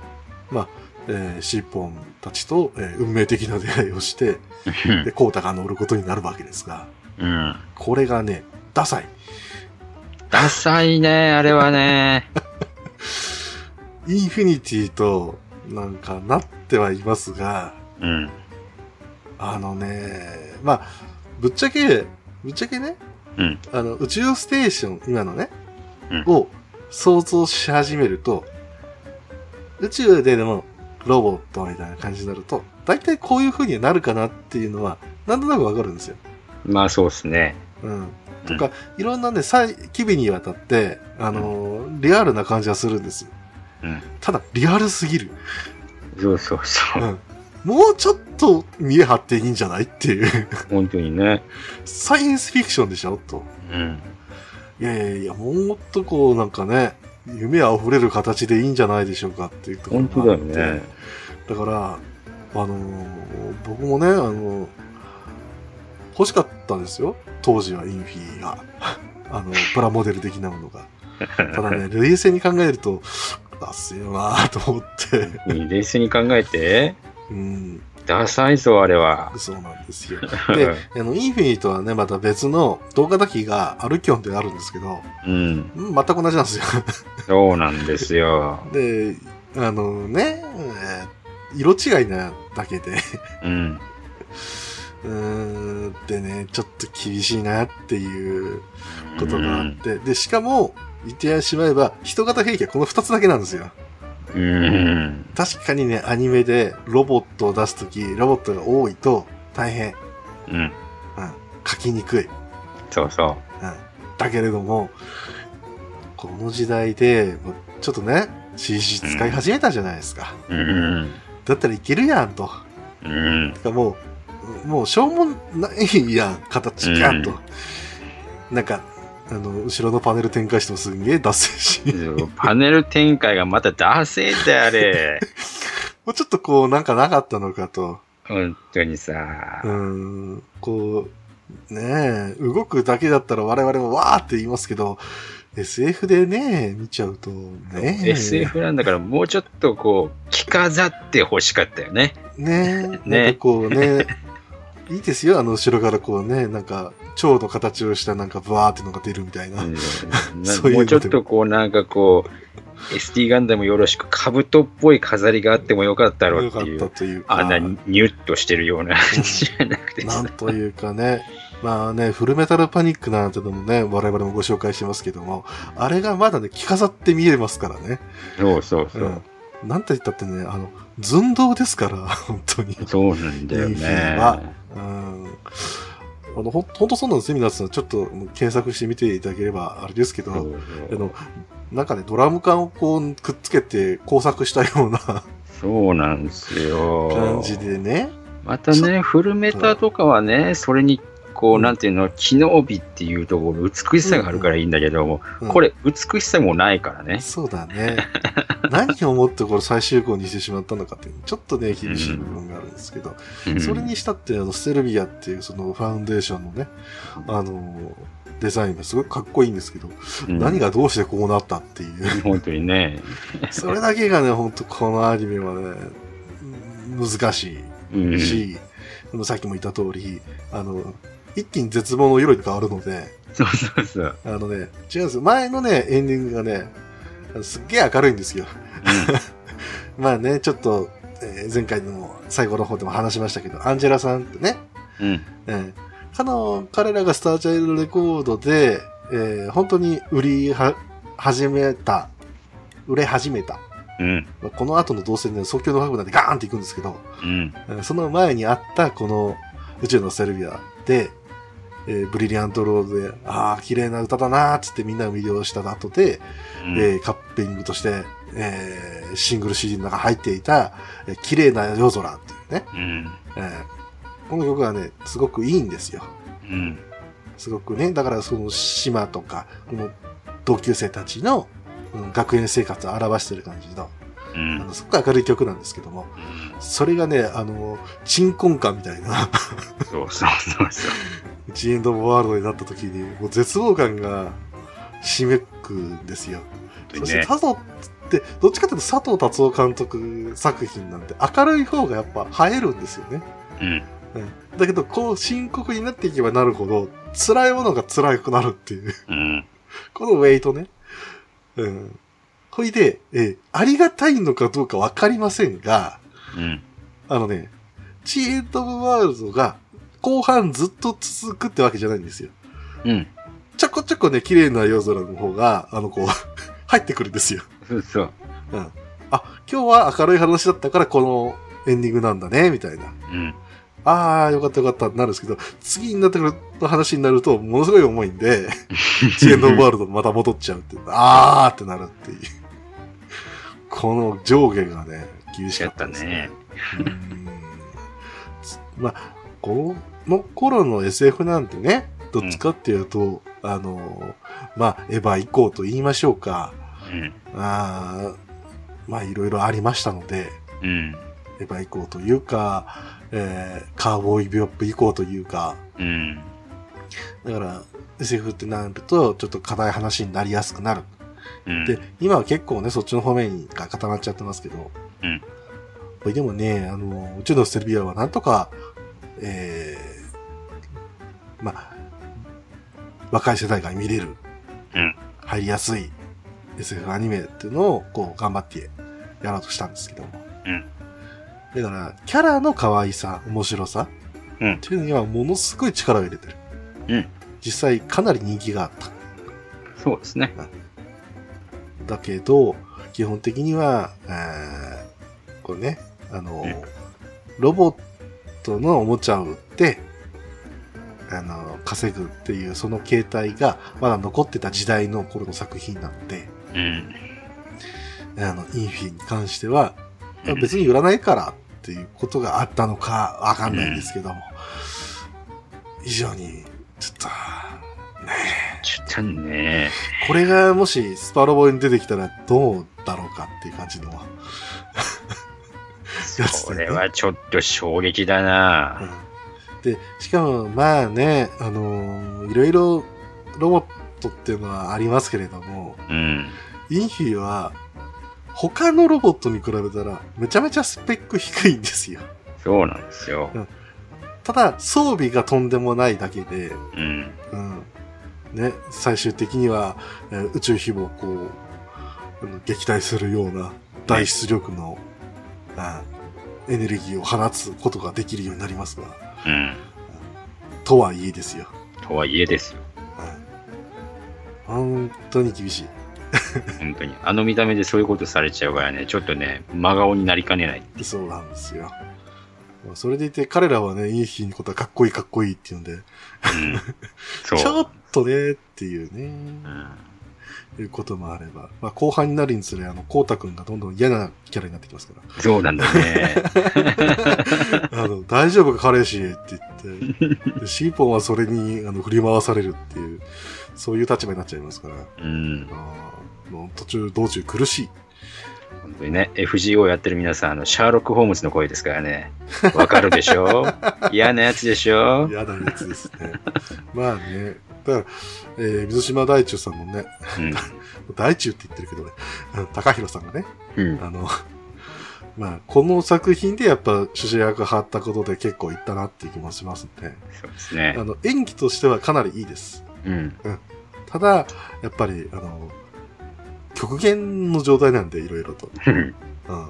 まあ、えーシーポンたちと、えー運命的な出会いをして、で、コータが乗ることになるわけですが、うん。これがね、ダサい。ダサいね、あれはね。インフィニティと、なんか、なってはいますが、うん。あのね、まあ、ぶっちゃけ、ぶっちゃけね、うんあの宇宙ステーション、今のね、うんを想像し始めると、宇宙ででもロボットみたいな感じになると、大体こういう風になるかなっていうのは、なんとなくわかるんですよ。まあそうっすね。うん。とか、いろんなね、再機微にわたって、あのーリアルな感じはするんですよ。うんただ、リアルすぎる。そうそうそうう。ん。もうちょっと見え張っていいんじゃないっていう。 (laughs) 本当にね。サイエンスフィクションでしょと。うん。いやいやいや、もっとこうなんかね、夢あふれる形でいいんじゃないでしょうかっていうところ本当だよね。だから、あのー僕もね、あのー欲しかったですよ。当時はインフィ (laughs) が。あの、プラモデル的なものが。ただ (laughs) ね、冷静に考えると、ダッセーなーと思って。冷静に考えて、うん、ダサいぞ、あれは。そうなんです (laughs) よ。で、あの、インフィニとはね、また別の動画だけがアルキョンってあるんですけど、うん。うん全く同じなんですよ。そうなんですよ。で、あのね、えー色違いなだけで、 (laughs) うん。うーん、でね、ちょっと厳しいなっていうことがあって、で、しかも、言ってしまえば、人型兵器はこの2つだけなんですよ。うん。確かにね、アニメでロボットを出すとき、ロボットが多いと大変、うん。うん、書きにくい。そうそだけれども、この時代で、もうちょっとね、CG 使い始めたじゃないですか。う。うん。だったらいけるやんと。うん。てかもう、もうしょうもないやん、形がと。なんか、あの、後ろのパネル展開してもすんげえ脱線し、 (laughs) もパネル展開がまたダセーって (laughs) あれ。うちょっとこう、なんかなかったのかと。本当にさう。ーん、こう、ねえ、動くだけだったら我々もわーって言いますけど、SF でね、見ちゃうとね、 SF なんだからもうちょっとこう、着飾って欲しかったよね。ねえ、ねなんかこうね、いいですよ、あの後ろからこうね、なんか、蝶の形をしたなんかブワーってのが出るみたい (laughs) な。うんなそういうのでももうちょっとこうなんかこう ST ガンダムよろしく兜っぽい飾りがあってもよかったろうよってかっいたうというか。あんなにニュッとしてるような感じじゃなくてなさんというかね、まあね、フルメタルパニックなんてのもね、我々もご紹介してますけども、あれがまだね、着飾って見えますからね。。そうそうそううんなんて言ったってね、あの、寸胴ですから、 (laughs) 本当に。そうなんだよいいねまねうん。あの、ほんほんとそうなんですよ、皆さん。ちょっと検索してみていただければ、あれですけそど、うあそうの、なんかね、ドラム缶をこう、くっつけて工作したようなそうなんです感よじでね。またねフルメタとかはねそれにこううんなんていうの機能美っていうところ美しさがあるからいいんだけどもうんこれ美しさもないからねそうだね。何をもってこれ最終項にしてしまったのかっていう、ちょっとね、厳しい部分があるんですけど、うんそれにしたって、あの、ステルビアっていうそのファウンデーションのね、あの、デザインがすごくかっこいいんですけど、うん何がどうしてこうなったって (laughs) いう、本当にねそれだけがね、ほんとこのアニメはね、難しうんいし、あのさっきも言った通り、あの、一気に絶望の夜に変わるので、そうそうそう。あのね、違うんですよ。前のね、エンディングがね、あのすっげえ明るいんですよ。 (laughs) まあね、ちょっと、えー前回の最後の方でも話しましたけど、アンジェラさんってね、うん。えー彼の彼らがスターチャイルドレコードで、えー本当に売りは始めた、売れ始めた。うん。まあこの後の動線で即興のファブなんでガーンっていくんですけど、うん。えーその前にあったこの宇宙のセルビアで、えーブリリアントロードで、ああ、綺麗な歌だなーっつってみんなを魅了した後で、うんえーカッピングとして、えーシングル CD の中に入っていた、えー綺麗な夜空っていうね、うん。えーこの曲はね、すごくいいんですよ。うん。すごくね、だからその島とか、この同級生たちの、うん学園生活を表してる感じの、うあん。のすごく明るい曲なんですけども、うんそれがね、あの、鎮魂歌みたいな、そうそうそうそう。ジエンド・オブ・ワールドになった時に、もう絶望感が締めくんですよ。本当そにしてね。佐藤って、どっちかというと佐藤達夫監督作品なんて明るい方がやっぱ映えるんですよね。うん。うん、だけど、こう深刻になっていけばなるほど、辛いものが辛くなるっていう、うん。このウェイトね。うん。ほいで、えーありがたいのかどうかわかりませんが、うん。あのね、チーエンド・オブ・ワールドが後半ずっと続くってわけじゃないんですよ。うん。ちょこちょこね、綺麗な夜空の方が、あの、こう、 (laughs) 入ってくるんですよ。そうそう。うん。あ、今日は明るい話だったからこのエンディングなんだね、みたいな。うん。あー、よかったよかったってなるんですけど、次になってくる話になると、ものすごい重いん (laughs) で、チエンド・オブワールドまた戻っちゃうって、あーってなるっていう。この上下がね、厳しかったですね。うんつまあ、この頃の SF なんてね、どっちかっていうと、あの、まあ、エヴァ以降と言いましょうか、うん。あーまあ、いろいろありましたので、うん。エヴァ以降というか、えーカーボーイビョップ以降というか、うん。だから、SF ってなると、ちょっと硬い話になりやすくなる。うん。で、今は結構ね、そっちの方面が固まっちゃってますけど。うんこれでもね、あの、宇宙のセルビアはなんとか、えー、まあ、若い世代が見れる、うん入りやすい SF アニメっていうのを、こう、頑張ってやろうとしたんですけども。うんだから、キャラの可愛さ、面白さ、うんっていうのにはものすごい力を入れてる。うん実際、かなり人気があった。そうですね。だけど、基本的には、えーこれね、あのうん、ロボットのおもちゃを売って、あの、稼ぐっていう、その形態がまだ残ってた時代の頃の作品なので、うん。あの、インフィに関しては、うん別に売らないからっていうことがあったのかわかんないんですけども、以上に、ちょっと、ちょっとね。これがもしスパロボに出てきたらどうだろうかっていう感じの、やつそだねれはちょっと衝撃だな。でしかもまあねあのーいろいろロボットっていうのはありますけれどもうん。インフィは他のロボットに比べたらめちゃめちゃスペック低いんですよそうなんですよ。ただ装備がとんでもないだけで、うん。うんね、最終的には、えー宇宙飛もこうあの撃退するような大出力の、うんエネルギーを放つことができるようになりますがうん。とはいえですよとはいえですよ。本当に厳しい。本当に。あの見た目でそういうことされちゃうからね、ちょっとね、真顔になりかねない。そうなんですよ。それでいて彼らはね、いい日にことはかっこいいかっこいいって言うんで、うん。そう。ちょっとねっていうねう、ん。いうこともあれば、まあ、後半になるにつれ、あの、こうたくんがどんどん嫌なキャラになってきますかそうなんだね。ら、 (laughs) あの、大丈夫か彼氏って言って、でシーポンはそれにあの振り回されるっていう、そういう立場になっちゃいますから、うん。あーもう途中、道中苦しい。本当にね、FGO やってる皆さん、あの、シャーロック・ホームズの声ですからね。わかるで (laughs) しょ嫌なやつでしょ嫌なやつですね。まあね、だから、えー水島大中さんもね、うん。大中って言ってるけどね、あの高弘さんがね、うん。あの、まあ、この作品でやっぱ主人役張ったことで結構いったなっていう気もしますんで、そうですねあ。の、演技としてはかなりいいです。うん。ただ、やっぱり、あの、極限の状態なんで、いろいろと。うんうん。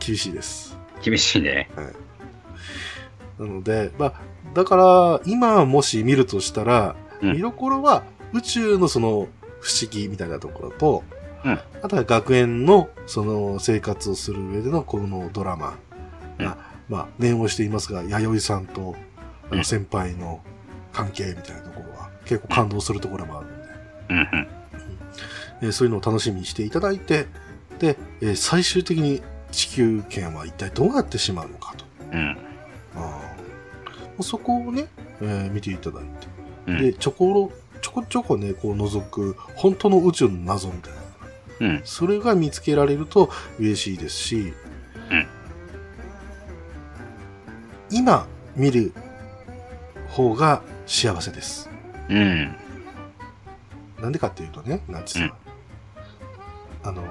厳しいです。厳しいね。なので、まあ、だから、今もし見るとしたら、うん見どころは、宇宙のその、不思議みたいなところと、うんあとは学園の、その、生活をする上での、このドラマうんが、まあ、念をしていますが、弥生さんと、あうの、ん先輩の関係みたいなところは、結構感動するところもあるので、うんうん。えーそういうのを楽しみにしていただいて、で、えー最終的に地球圏は一体どうなってしまうのかと。うん。あーそこをね、えー見ていただいて、うんでちょころちょこちょこねこう覗く本当の宇宙の謎みたいなのがうん。それが見つけられると嬉しいですし、うん今見る方が幸せです。うん。なんでかっていうとね、ナッチさん。あの、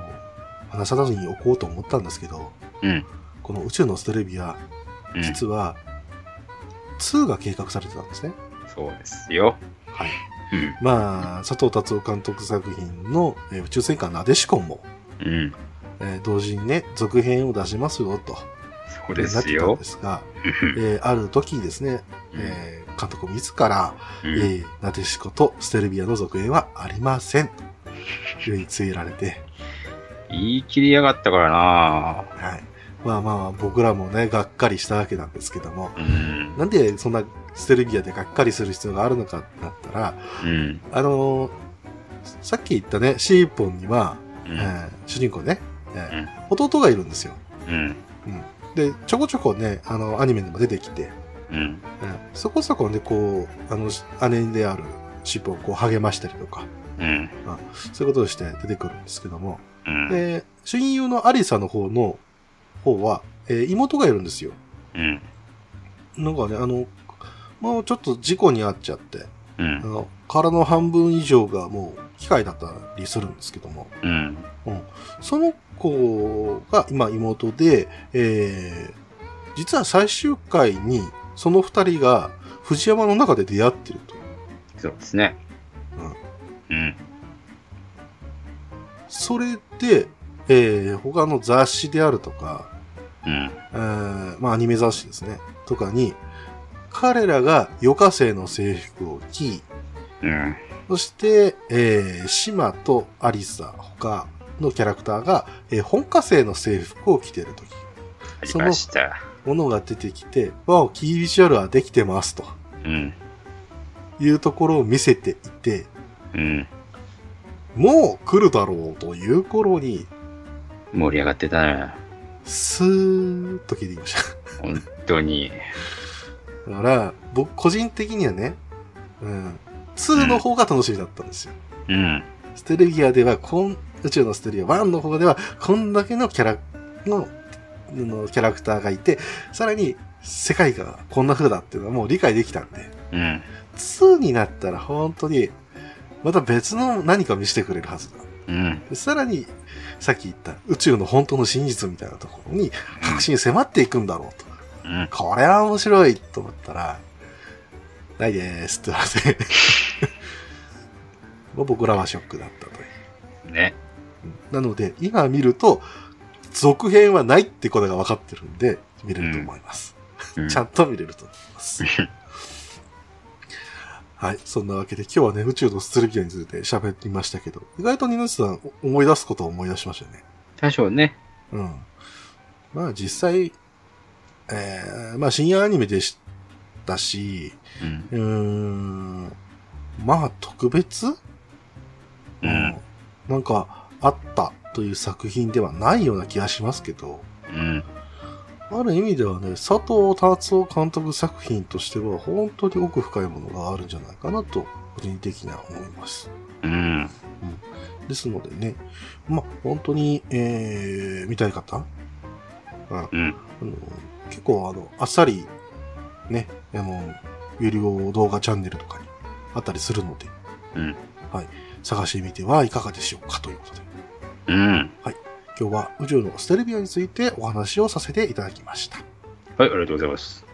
話さずに置こうと思ったんですけど、うん。この宇宙のストレビア、うん。実は、2が計画されてたんですね。そうですよ。はい。うん。まあ、佐藤達夫監督作品の、えー宇宙戦艦なでしこも、うん。えー同時にね、続編を出しますよ、と。そうでなっすてたんよで。すが、うんえーある時にですね、えー監督自ら、えうんーなでしことステルビアの続編はありません。と言い告げられて、言い切りやがったからなはい。まあまあまあ、僕らもね、がっかりしたわけなんですけども、うん。なんでそんなステルビアでがっかりする必要があるのかってなったら、うん。あのーさっき言ったね、シーポンには、うえん。ー主人公ね、えー弟がいるんですよ。うん。で、ちょこちょこね、あの、アニメでも出てきて、うん。うんそこそこね、こう、あの、し姉であるシップをこう励ましたりとか、うん。そういうことをして出てくるんですけども、うん。で、親友のアリサの方の方は、えー妹がいるんですよ。うん。なんかね、あの、もうちょっと事故に遭っちゃって、うあん。の、体の半分以上がもう機械だったりするんですけども、うん。その子が今妹で、えー実は最終回にその二人が藤山の中で出会ってると。そうですね。うん。それで、えー他の雑誌であるとか、うん。えーまあアニメ雑誌ですね、とかに、彼らが余暇生の制服を着、うん。そして、えー、シマとアリサ、他のキャラクターが、えー本家生の制服を着てるとき、ありました。ものが出てきて、わお、キービジュアルはできてます、とうん。いうところを見せていて、うん。もう来るだろうという頃に、盛り上がってたな。スーッと消えていきました。本当に。だから、僕、個人的にはね、うん、2の方が楽しみだったんですよ。うん。ステルギアでは、こん、宇宙のステルギア1の方では、こんだけのキャラ、の、のキャラクターがいて、さらに、世界がこんな風だっていうのはもう理解できたんで、うん。 2になったら本当に、また別の何か見せてくれるはずだ。うん。でさらに、さっき言った宇宙の本当の真実みたいなところに、確信迫っていくんだろうと。うん。これは面白いと思ったら、ないですって言われて、 (laughs) まあ僕らはショックだったという。ね。なので、今見ると、続編はないってことが分かってるんで、見れると思います。うんちゃんと見れると思い (laughs) ます。はい。そんなわけで、今日はね、宇宙のストレビアについて喋りましたけど、意外と二ノ瀬さん、お思い出すことを思い出しましたよね。多少ね。うん。まあ実際、えー、まあ深夜アニメでしたし、ううーん。ん、まあ特別、うん。なんかあったという作品ではないような気がしますけど、うん。ある意味ではね、佐藤達夫監督作品としては本当に奥深いものがあるんじゃないかなと、個人的には思います。うん。ですのでね、まあ、本当に、えー、見たい方、うんうんあの結構あの、あっさり、ね、あの、有料動画チャンネルとかにあったりするので、うんはい、探してみてはいかがでしょうかということで、うん。今日は宇宙のステレビアについてお話をさせていただきました。はい、ありがとうございます。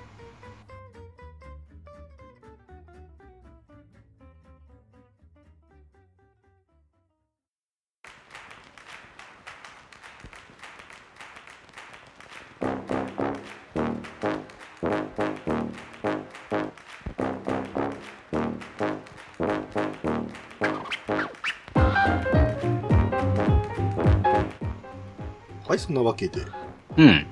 はい、そんなわけで、うん。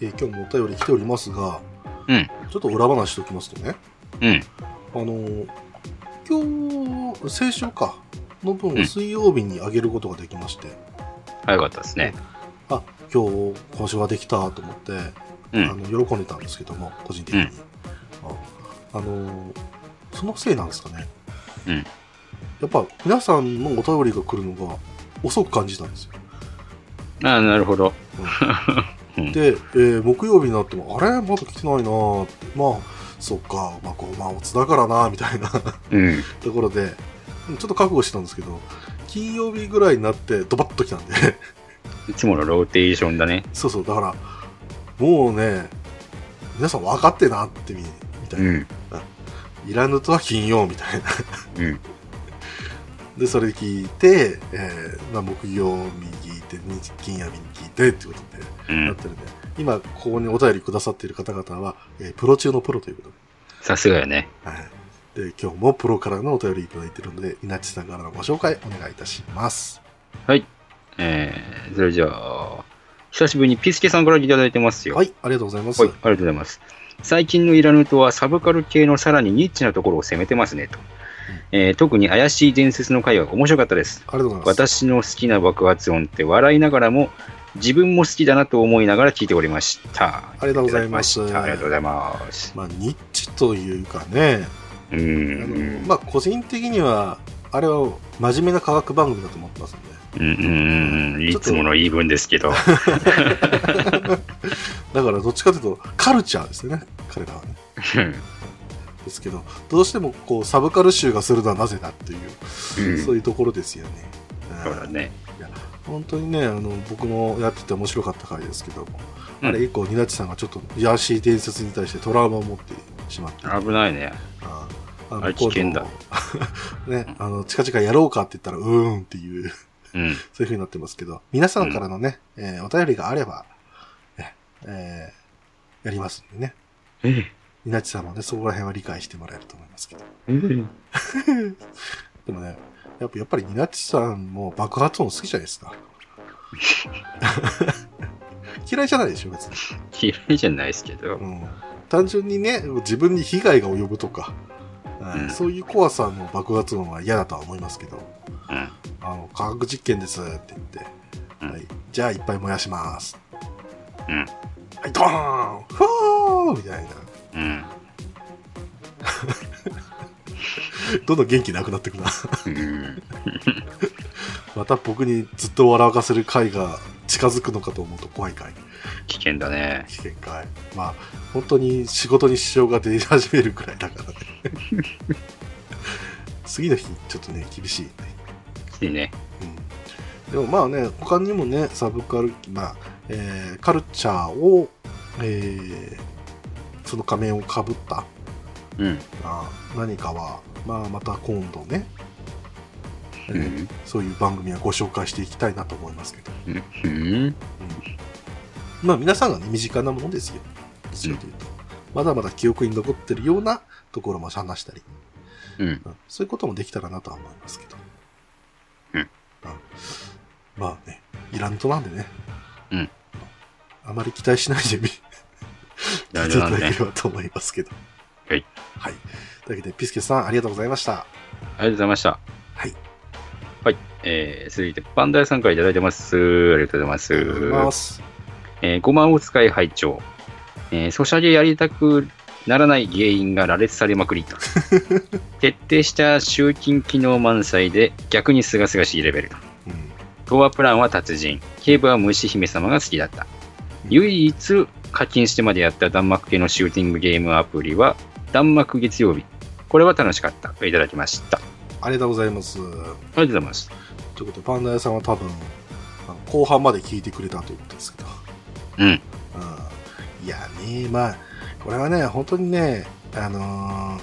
えー今日もお便り来ておりますが、うんちょっと裏話しておきますとね、うん。あのー今日、先週か、の分を水曜日に上げることができまして、早かったですね。あ、今日、今週はできたと思って、うあん。の、喜んでたんですけども、個人的に。ああのーそのせいなんですかね。うんやっぱ、皆さんのお便りが来るのが遅く感じたんですよ。ああ、なるほど。うんで、えー木曜日になっても、あれまだ来てないなーってまあ、そっか、まあ、こう、まあ、おつだからなーみたいな (laughs) とうん。ころで、ちょっと覚悟してたんですけど、金曜日ぐらいになって、ドバッと来たんで、 (laughs) いつものローテーションだね。そうそう、だから、もうね、皆さん分かってなってみ、みたいうな。ん。いらぬとは金曜みたいな。うん。で、それ聞いて、えーまあ、木曜日に聞いて、日金曜日に聞いて、ってことで、うなっん。てるんで、今、ここにお便りくださっている方々は、えープロ中のプロということで、さすがよね。はい。で、今日もプロからのお便りいただいているので、稲地さんからのご紹介お願いいたします。はい。えー、それじゃあ、久しぶりにピスケさんからいただいてますよ。はい、ありがとうございます。はい、ありがとうございます。最近のイラヌートはサブカル系のさらにニッチなところを攻めてますねと。えー特に怪しい伝説の回は面白かったです。ありがとうございます。私の好きな爆発音って笑いながらも自分も好きだなと思いながら聞いておりました。ありがとうございますただきましたありがとうございます。まあ、ニッチというかね、うあのん。まあ、個人的には、あれは真面目な科学番組だと思ってますんで、うんうんうん。いつもの言い分ですけど。だからどっちかというと、カルチャーですよね、彼らはね。うですけど、どうしてもこうサブカル集がするのはなぜだっていう、ん。そうそいうところですよね。うんうだね。本当にねあの僕もやってて面白かった回ですけども、うんあれ以降ニナッチさんがちょっと癒しい伝説に対してトラウマを持ってしまって危ないね。あああれ危険だ今度 (laughs) ねあの近々やろうかって言ったらうーんっていううん。そういう風になってますけど皆さんからのね、えーお便りがあれば、ねえーやりますんでねええニナッチさんもねそこら辺は理解してもらえると思いますけどええでもねやっぱやっぱりニナッチさんも爆発音好きじゃないですか (laughs) 嫌いじゃないでしょ別に嫌いじゃないですけど。うん単純にね自分に被害が及ぶとか、うんうんそういう怖さの爆発音は嫌だとは思いますけどうん。あの科学実験ですって言って、うんはい、じゃあいっぱい燃やします、うんはいドーンフォーみたいなうん。どんどん元気なくなってくなうん。また僕にずっと笑わせる回が近づくのかと思うと怖い回危険だね。危険回まあ本当に仕事に支障が出始めるくらいだからね (laughs) 次の日ちょっとね厳しいねいいね。うんでもまあね他にもねサブカル、まあえーカルチャーを、えーその仮面をかぶったうん。あ何かは、まあ、また今度ね、えうーん。そういう番組はご紹介していきたいなと思いますけど、うん。まあ、皆さんがね身近なものですよどちらかというと、まだまだ記憶に残ってるようなところも話したり、うん。うんそういうこともできたらなとは思いますけど、うんまあねイラントなんでね、うんあまり期待しないでみ大聞いてい丈夫たなだんけでれ。ばと思いますけどはい、はい、というわけでピスケさんありがとうございましたありがとうございました。はい。はい。えー、続いて、バンダイさんからいただいてます。ありがとうございます。ありがとうございますえー、ごまを使い拝聴。えー、ソシャゲやりたくならない原因が羅列されまくりと。徹底した集金機能満載で、逆にすがすがしいレベルと。うん東和プランは達人。警部は虫姫様が好きだった。唯一課金してまでやった弾幕系のシューティングゲームアプリは、弾幕月曜日。これは楽しかった。いただきました。あありがとうございますりがとうございます。ということでパンダ屋さんは多分あの後半まで聞いてくれたということですけどうん。うんいやね、まあ、これはね、本当にね、あのー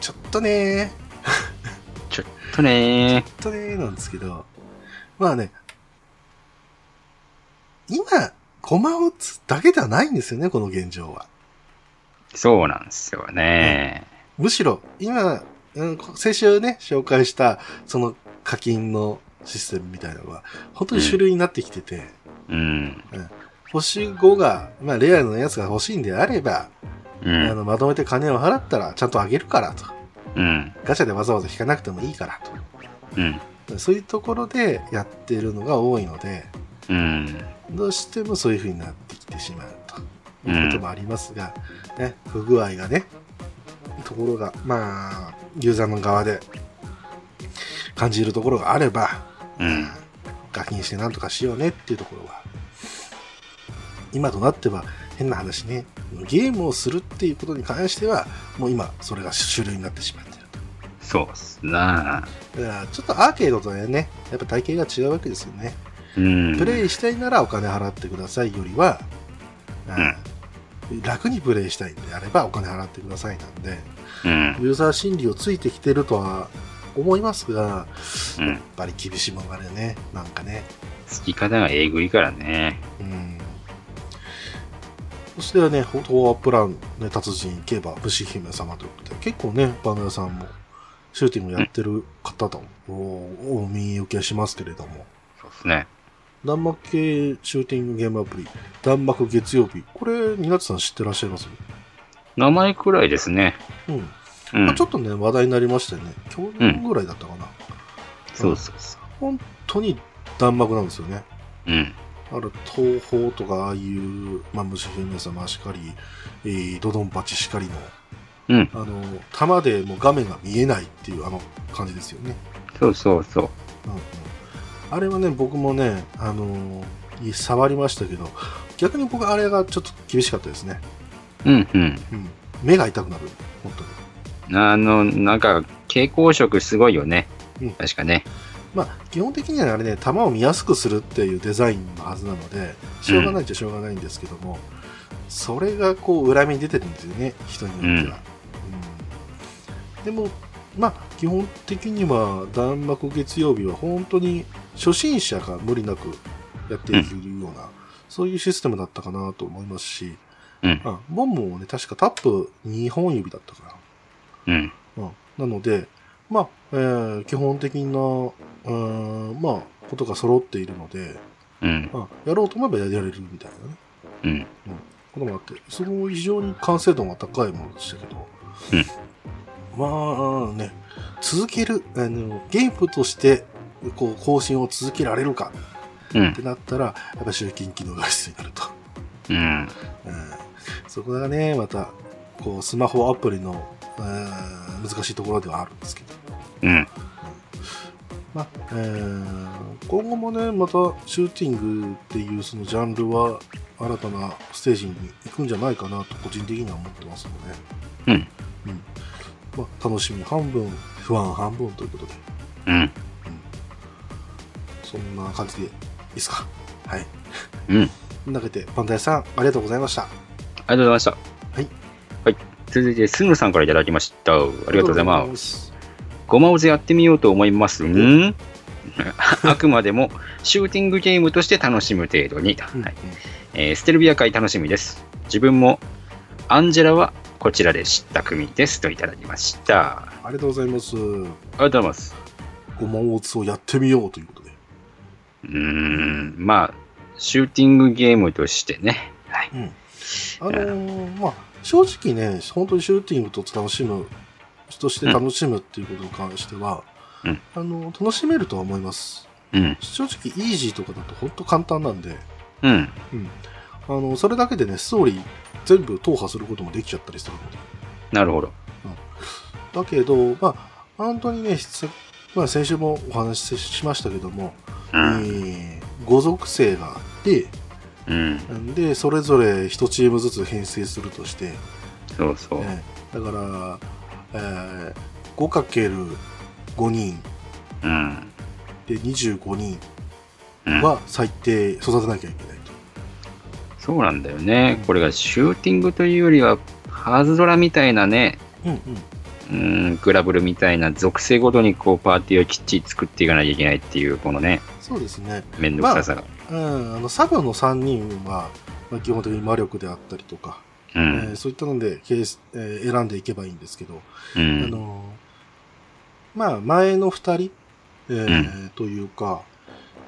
ちょっとね、とねちょっとね、なんですけど、まあね、今、駒を打つだけではないんですよね、この現状は。そうなんですよね。むしろ、今、うん、先週ね、紹介した、その課金のシステムみたいなのは、本当に主流になってきてて、うん。星5が、まあ、レアのやつが欲しいんであれば、うあん。のまとめて金を払ったらちゃんとあげるからとうん。ガチャでわざわざ引かなくてもいいからうん。とそういうところでやってるのが多いのでうん。どうしてもそういう風になってきてしまうとうんいうこともありますが、ね、不具合がねところがまあユーザーの側で感じるところがあればうん。課金してなんとかしようねっていうところは今となっては変な話ねゲームをするっていうことに関してはもう今それが主流になってしまってるそうっすなとだからちょっとアーケードとはねやっぱ体型が違うわけですよね、うん。プレイしたいならお金払ってくださいよりは、うん楽にプレイしたいんであればお金払ってくださいなんでうん。ユーザー心理をついてきてるとは思いますがうやっん。ぱり厳しいものがあるよねなんかね好き方がえぐいからね。うんそしてね、フォアプラン、ね、達人、競馬、武士姫様ということで、結構ね、バンダイさんも、シューティングやってる方とおお見受けしますけれども、そうっすね。弾幕系シューティングゲームアプリ、弾幕月曜日、これ、ニナツさん知ってらっしゃいます名前くらいですね。うん。うんまあ、。ちょっとね、話題になりましたよね。去年ぐらいだったかな。そうそうそ本当に弾幕なんですよね。う。うん。ある東宝とかああいう、まあ、虫姫様しかり、えードドンパチしかりの、うんあの弾でもう画面が見えないっていうあの感じですよね、そうそうそう。うんうんあれはね僕もね、あのー触りましたけど逆に僕あれがちょっと厳しかったですね、うんうん。うん、目が痛くなる本当にあの、なんか、蛍光色すごいよね。うん確かね。まあ基本的にはあれね弾を見やすくするっていうデザインのはずなのでしょうがないっちゃしょうがないんですけども、それがこう裏目に出てるんですよね人によっては、うんでもまあ基本的には弾幕月曜日は本当に初心者が無理なくやっていけるような、そういうシステムだったかなと思いますし、うんあボンボンはね確かタップ2本指だったかなうん。うん、なので、まあ、えー基本的な、うーん、まあ、ことが揃っているので、うん。まあ、やろうと思えばやれるみたいなね、うん。こともあって、その非常に完成度が高いものでしたけど、まあね、続ける、あの、ゲームとして、こう、更新を続けられるかうっんて。なったら、やっぱ集金機能が必要になると。うん。うんそこがね、また、こう、スマホアプリの、うーん難しいところではあるんですけど。うん。まあえー今後もねまたシューティングっていうそのジャンルは新たなステージに行くんじゃないかなと個人的には思ってますので、うんうんまあ、楽しみ半分不安半分ということでうん。そんな感じでいいですかはいうん。投げてパンダイさんありがとうございましたありがとうございました。はい。はい。続いて、すぐさんからいただきました。ありがとうございます。すごまおぜやってみようと思います。ん (laughs) あくまでもシューティングゲームとして楽しむ程度に。うんはいえーステルビア会楽しみです。自分もアンジェラはこちらで知った組ですといただきました。あありがとうございますりがとうございます。ごまおつをやってみようということで、うーん、まあ、シューティングゲームとしてね。はい。うんあのーまあ正直ね本当にシューティングと楽しむとして楽しむっていうことに関しては、うんあの楽しめるとは思いますうん、正直イージーとかだと本当簡単なんで、うん、うん、あのそれだけでねストーリー全部踏破することもできちゃったりするのでなるほど。だけどまあ本当にね、せまあ、先週もお話ししましたけども、うん、えー五属性があってうん、でそれぞれ1チームずつ編成するとしてそうそう。ねだから、えー、5×5 人うん、で25人うん。は最低育てなきゃいけないと。そうなんだよね。これがシューティングというよりは、ハズドラみたいなね、うんうん、うん、グラブルみたいな属性ごとにこうパーティーをきっちり作っていかなきゃいけないっていう、このね、そうですね、めんどくささが。うん、あのサブの3人は、まあ、基本的に魔力であったりとか、うえーん、そういったので、ケースえー選んでいけばいいんですけど、うあん、のーまあ、前の2人、えーというか、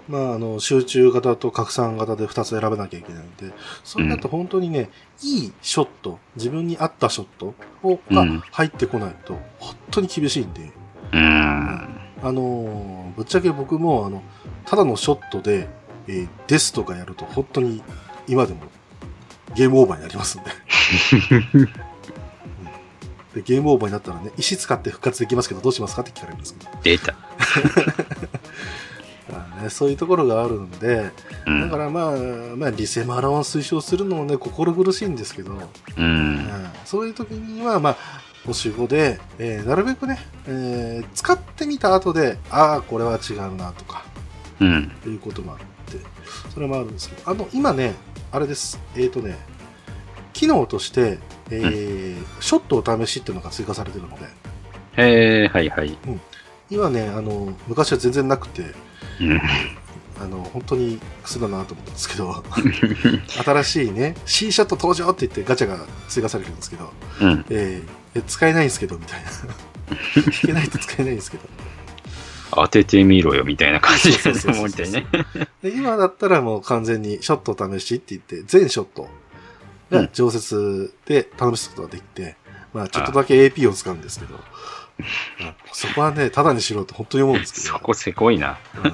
まあ、あの集中型と拡散型で2つ選べなきゃいけないんで、それだと本当にね、いいショット、自分に合ったショットをがうん入ってこないと、本当に厳しいんで、うん、あのーぶっちゃけ僕も、あの、ただのショットで、えーですとかやると、本当に今でもゲームオーバーになりますんで。うんでゲームオーバーになったらね、石使って復活できますけど、どうしますかって聞かれるんですけど。出た。あね、そういうところがあるんで、うだかん。らまあ、まあ、リセマラを推奨するのもね、心苦しいんですけど、うん。そういう時には、まあ、星5で、えーなるべくね、えー使ってみた後で、ああ、これは違うなとか、うん。いうこともあって、それもあるんですけど、あの、今ね、あれです、えっ、とね、機能として、えーショットお試しっていうのが追加されてるので、へえ、はいはい。今ね、あの、昔は全然なくて、うん。あの、本当にクソだなと思ったんですけど、新しいね、C ショット登場って言ってガチャが追加されてるんですけど、うん。えーえ使えないんですけど、みたいな。引けないと使えないんですけど。当ててみろよ、みたいな感じそうでそうそうそう思ってね。で今だったらもう完全にショットを試しって言って、全ショットが常設で試すことができて、まあちょっとだけ AP を使うんですけど、うんそこはね、ただにしろって本当に思うんですけど (laughs) そ、こせこいな。うん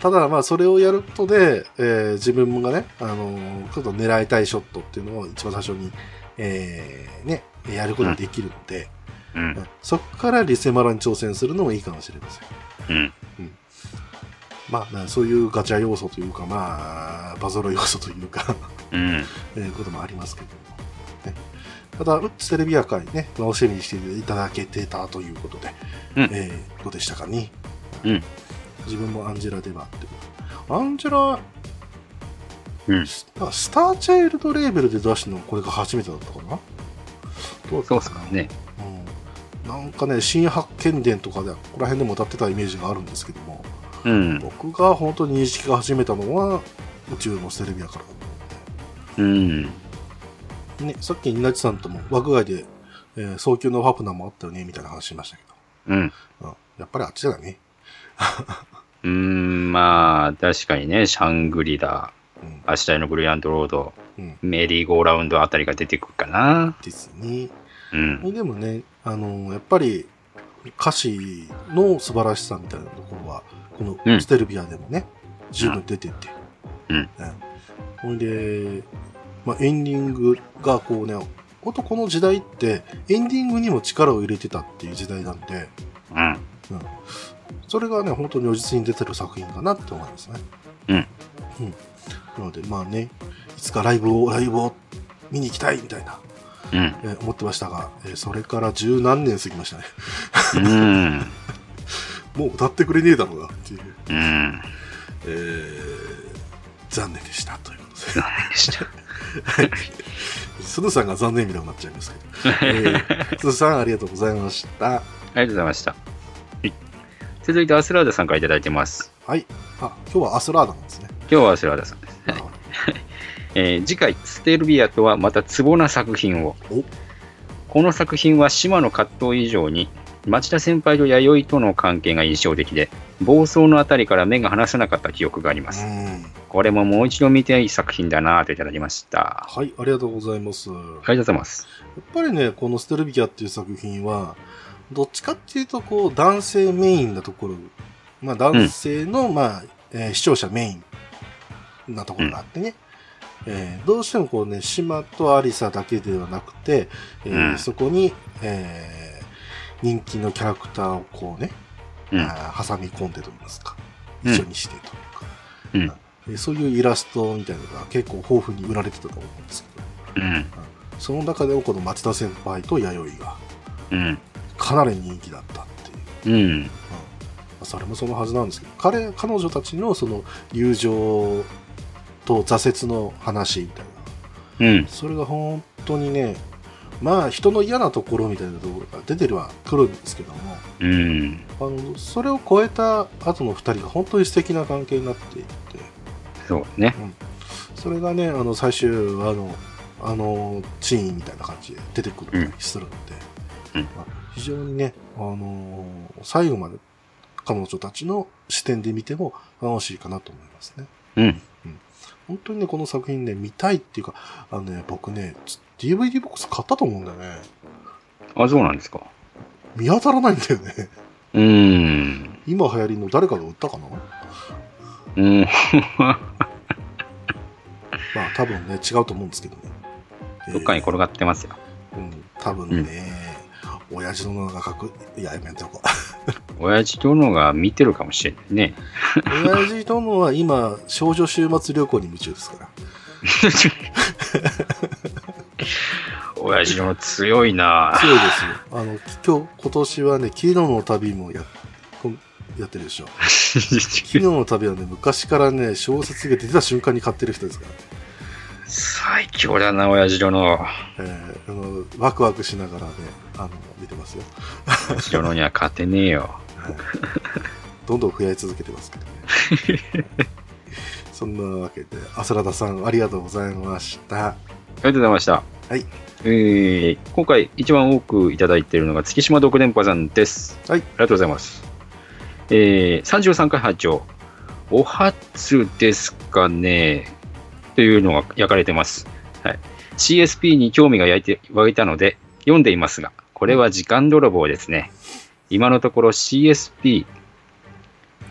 ただまあそれをやることで、えー自分がね、あのーちょっと狙いたいショットっていうのを一番最初に、えーね、やることができるので、うん。そこからリセマラに挑戦するのもいいかもしれません。うん。まあ、まあそういうガチャ要素というか、まあ、バズロ要素というか、うん。えーこともありますけども、ね、ただ、ウッチテレビア会ね、楽しみにしていただけてたということで、うんえーどうでしたかね、うん自分もアンジェラ・デバって。アンジェラ、うんスあスター・チャイルド・レーベルで出したの、これが初めてだったかなどうだそうっったすかかな、ね。うん、なんかね、新発見伝とかで、ここら辺でも歌ってたイメージがあるんですけども、うん。僕が本当に認識が始めたのは宇宙のステレビアからだっうん。たので、ね、さっき稲地さんとも枠外で、えー早急のファプナーもあったよねみたいな話しましたけうん。ど、うん、やっぱりあっちだね、うーん、まあ、確かにね、シャングリラ、うん、明日へのグリーンロード、うんメリーゴーラウンドあたりが出てくるかな。ですねうん。でもね、あのーやっぱり歌詞の素晴らしさみたいなところはこうのんステルビアでもね、十分出てて、うんほいで、まあ、エンディングがこうね男の時代ってエンディングにも力を入れてたっていう時代なんで、うん。それがね、本当に如実に出てる作品かなって思いますね。うんうん。なので、まあね、いつかライブを、ライブを見に行きたいみたいな、うん。えー思ってましたが、えーそれから十何年過ぎましたね。 (laughs) うん。もう歌ってくれねえだろうなっていう、うん。えー残念でしたということで。 (laughs) でした。すずさんが残念みたいになっちゃいますけど。え (laughs) ーすずさん、ありがとうございました。ありがとうございました。はい続いて、アスラーダさんからいただいてます。はい。あ、今日はアスラーダなんですね。今日はアスラーダさんです。なるほえー次回、ステルビアとはまたツボな作品をお。この作品は島の葛藤以上に、町田先輩と弥生との関係が印象的で、暴走のあたりから目が離せなかった記憶がありまどす。うん。これももう一度見ていい作品だなといただきました。はい、ありがとうございます。ありがとうございます。やっぱりね、このステルビアっていう作品は、どっちかっていうと、こう、男性メインなところ、まあ、男性の、まあ、えー視聴者メインなところがあってね、えーどうしてもこうね、島とアリサだけではなくて、えーうんそこに、えー人気のキャラクターをこうね、うんあー挟み込んでと言いますか、うん一緒にしてというか、うんえーそういうイラストみたいなのが結構豊富に売られてたと思うんですけど、うん。その中でもこの松田先輩と弥生がうん。かなり人気だったっていう、うん。まあそれもそのはずなんですけど彼彼女たちのその友情と挫折の話みたいなうん。それが本当にねまあ人の嫌なところみたいなところが出てるはくるんですけどもうん。あのそれを超えた後の2人が本当に素敵な関係になっていてそうね。それがねあの最終あのあの地位みたいな感じで出てくるようにするので、うんうんまあ非常にね、あのー最後まで彼女たちの視点で見ても楽しいかなと思いますね。うん。本当にね、この作品ね、見たいっていうか、あのね、僕ね、つ DVD ボックス買ったと思うんだよね。あ、そうなんですか。見当たらないんだよね。うん。今流行りの誰かが売ったかなまうん。あ多分ね、違うと思うんですけどね。どっかにえー転がってますよ。うん、多分ね、親父のが書く、いや、やめておこう。親父殿が見てるかもしれないね。親父殿は今、少女週末旅行に夢中ですから。親父殿強いな強いですよ。あの、今日、今年はね、昨日の旅もや、こんやってるで (laughs) しょ。昨日の旅はね、昔からね、小説が出た瞬間に買ってる人ですから。最強だな、親父殿。えーあのワクワクしながらね、あの見てますよ。親父殿には勝てねえよ。はいどんどん増やし続けてますけどね。 (laughs) そんなわけで、浅田さん、ありがとうございました。ありがとうございました。はい。えー、今回一番多くいただいているのが月島独電波さんです。はいありがとうございます。えー、33回拝聴お初ですかねというのが焼かれてます。はい。CSP に興味が焼いて湧いたので読んでいますが、これは時間泥棒ですね。今のところ CSP、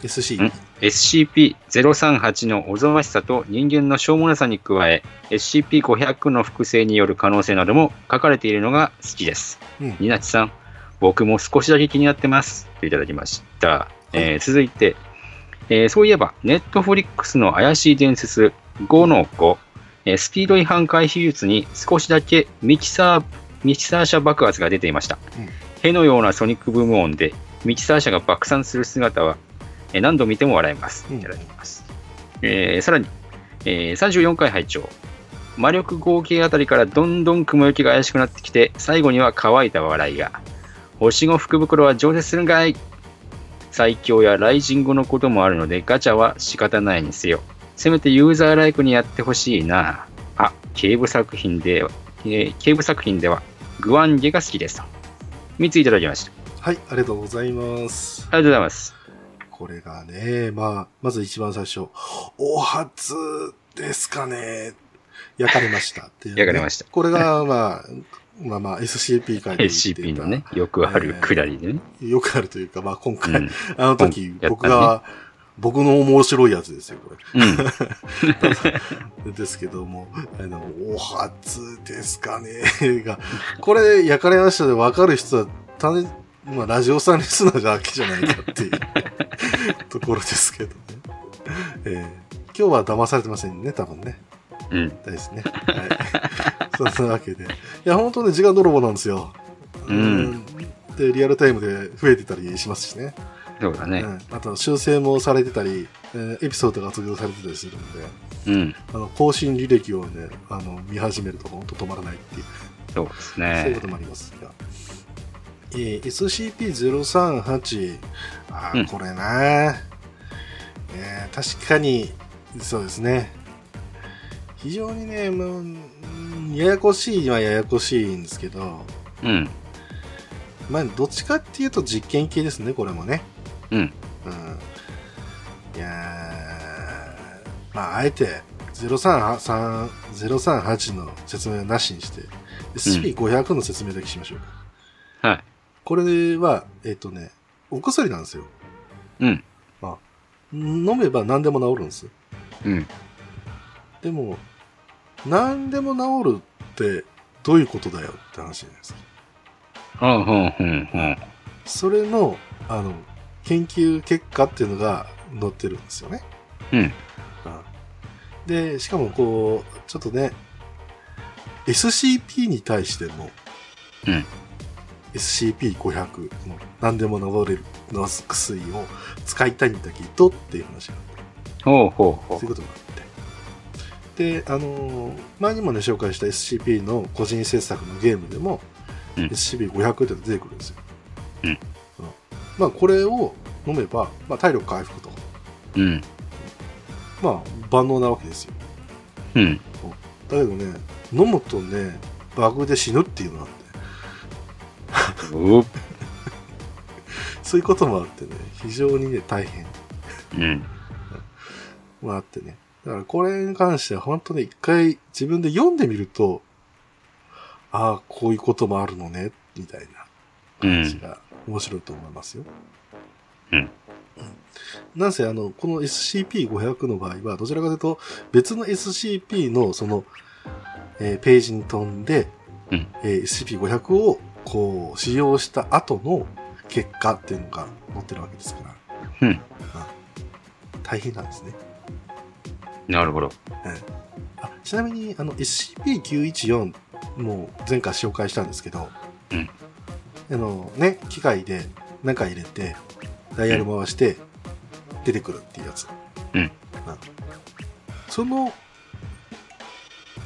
SC ん。SCP-038 のおぞましさと人間のしょうもなさに加え、SCP-500 の複製による可能性なども書かれているのが好きです。うんニナチさん、僕も少しだけ気になってます。といただきました。えー続いて、えーそういえば、ネットフリックスの怪しい伝説5の5、えースピード違反回避術に少しだけミキサー、ミキサー車爆発が出ていました。うんへのようなソニックブーム音で、ミキサー車が爆散する姿はえー何度見ても笑えます。うんいただきます。えーさらに、えー34回拝聴魔力合計あたりからどんどん雲行きが怪しくなってきて、最後には乾いた笑いが。星5福袋は常設するんかい最強やライジングのこともあるので、ガチャは仕方ないにせよ。せめてユーザーライクにやってほしいな。あ、警部作品では、えー警部作品では、グワンゲが好きですと。3ついただきました。はい、ありがとうございます。ありがとうございます。これがね、まあ、まず一番最初、お初ですかね、焼かれましたっていうね、焼かれましたこれが、まあ、まあまあ、SCP 界で言ってい SCP たのね、よくあるくだりでね。よくあるというか、まあ今う回、ん。あの時、やったね僕が、僕の面白いやつですよ、これ。うん。ですけども、あの、お初ですかね、が、これ、焼かれましたで分かる人は、たね、まあ、ラジオさんリスナーだけじゃないかっていう (laughs) ところですけどね。えー今日は騙されてませんね、多分ね。うん。ですね。 (laughs) はい。そんなわけで。いや、本当ね、時間泥棒なんですよ。うんうん。で、リアルタイムで増えてたりしますしね。そうだうね。ん、あと修正もされてたり、えーエピソードが卒業されてたりするのでうん。あの更新履歴をねあの見始めると本当止まらないっていう、そうですそういうこねと。もありますが、えー SCP-038 あー、うんこれな、えー確かにそうですね非常にねもううんややこしいはややこしいんですけどうん。まあ、どっちかっていうと実験系ですね、これもね。うんうんいやーまあ、あえて、033 038の説明はなしにして、SCP-500 の説明だけしましょうか。はい。これは、えっ、とね、お薬なんですよ。うん。あ飲めば何でも治るんです。うん。でも、何でも治るってどういうことだよって話じゃないですか。うん、うん、うん、うん。それの、あの、研究結果っていうのが載ってるんですよね。うんで、しかもこう、ちょっとね、SCP に対しても、うん。 SCP-500 の何でも治れるの薬を使いたいんだけどっていう話がほうほうほそういうこともあって。で、あのー前にもね、紹介した SCP の個人制作のゲームでも、うん SCP-500 ってのが出てくるんですよ。うんまあ、これを飲めば、まあ、体力回復と、う。うん。まあ、万能なわけですよ。うん。だけどね、飲むとね、バグで死ぬっていうのがあって、うっそういうこともあってね、非常にね、大変。うん。まああってね。だからこれに関しては本当に一回自分で読んでみると、ああ、こういうこともあるのね、みたいな感じが面白いと思いますよ。うんうんなんせあの、この SCP-500 の場合は、どちらかというと別の SCP のその、えーページに飛んで、うんえー SCP-500 をこう、使用した後の結果っていうのが載ってるわけですから。うん大変なんですね。なるほど。あちなみに、あの、SCP-914 も前回紹介したんですけど、うんあのね、機械で中入れて、ダイヤル回して、出てくるっていうやつ。うんあその、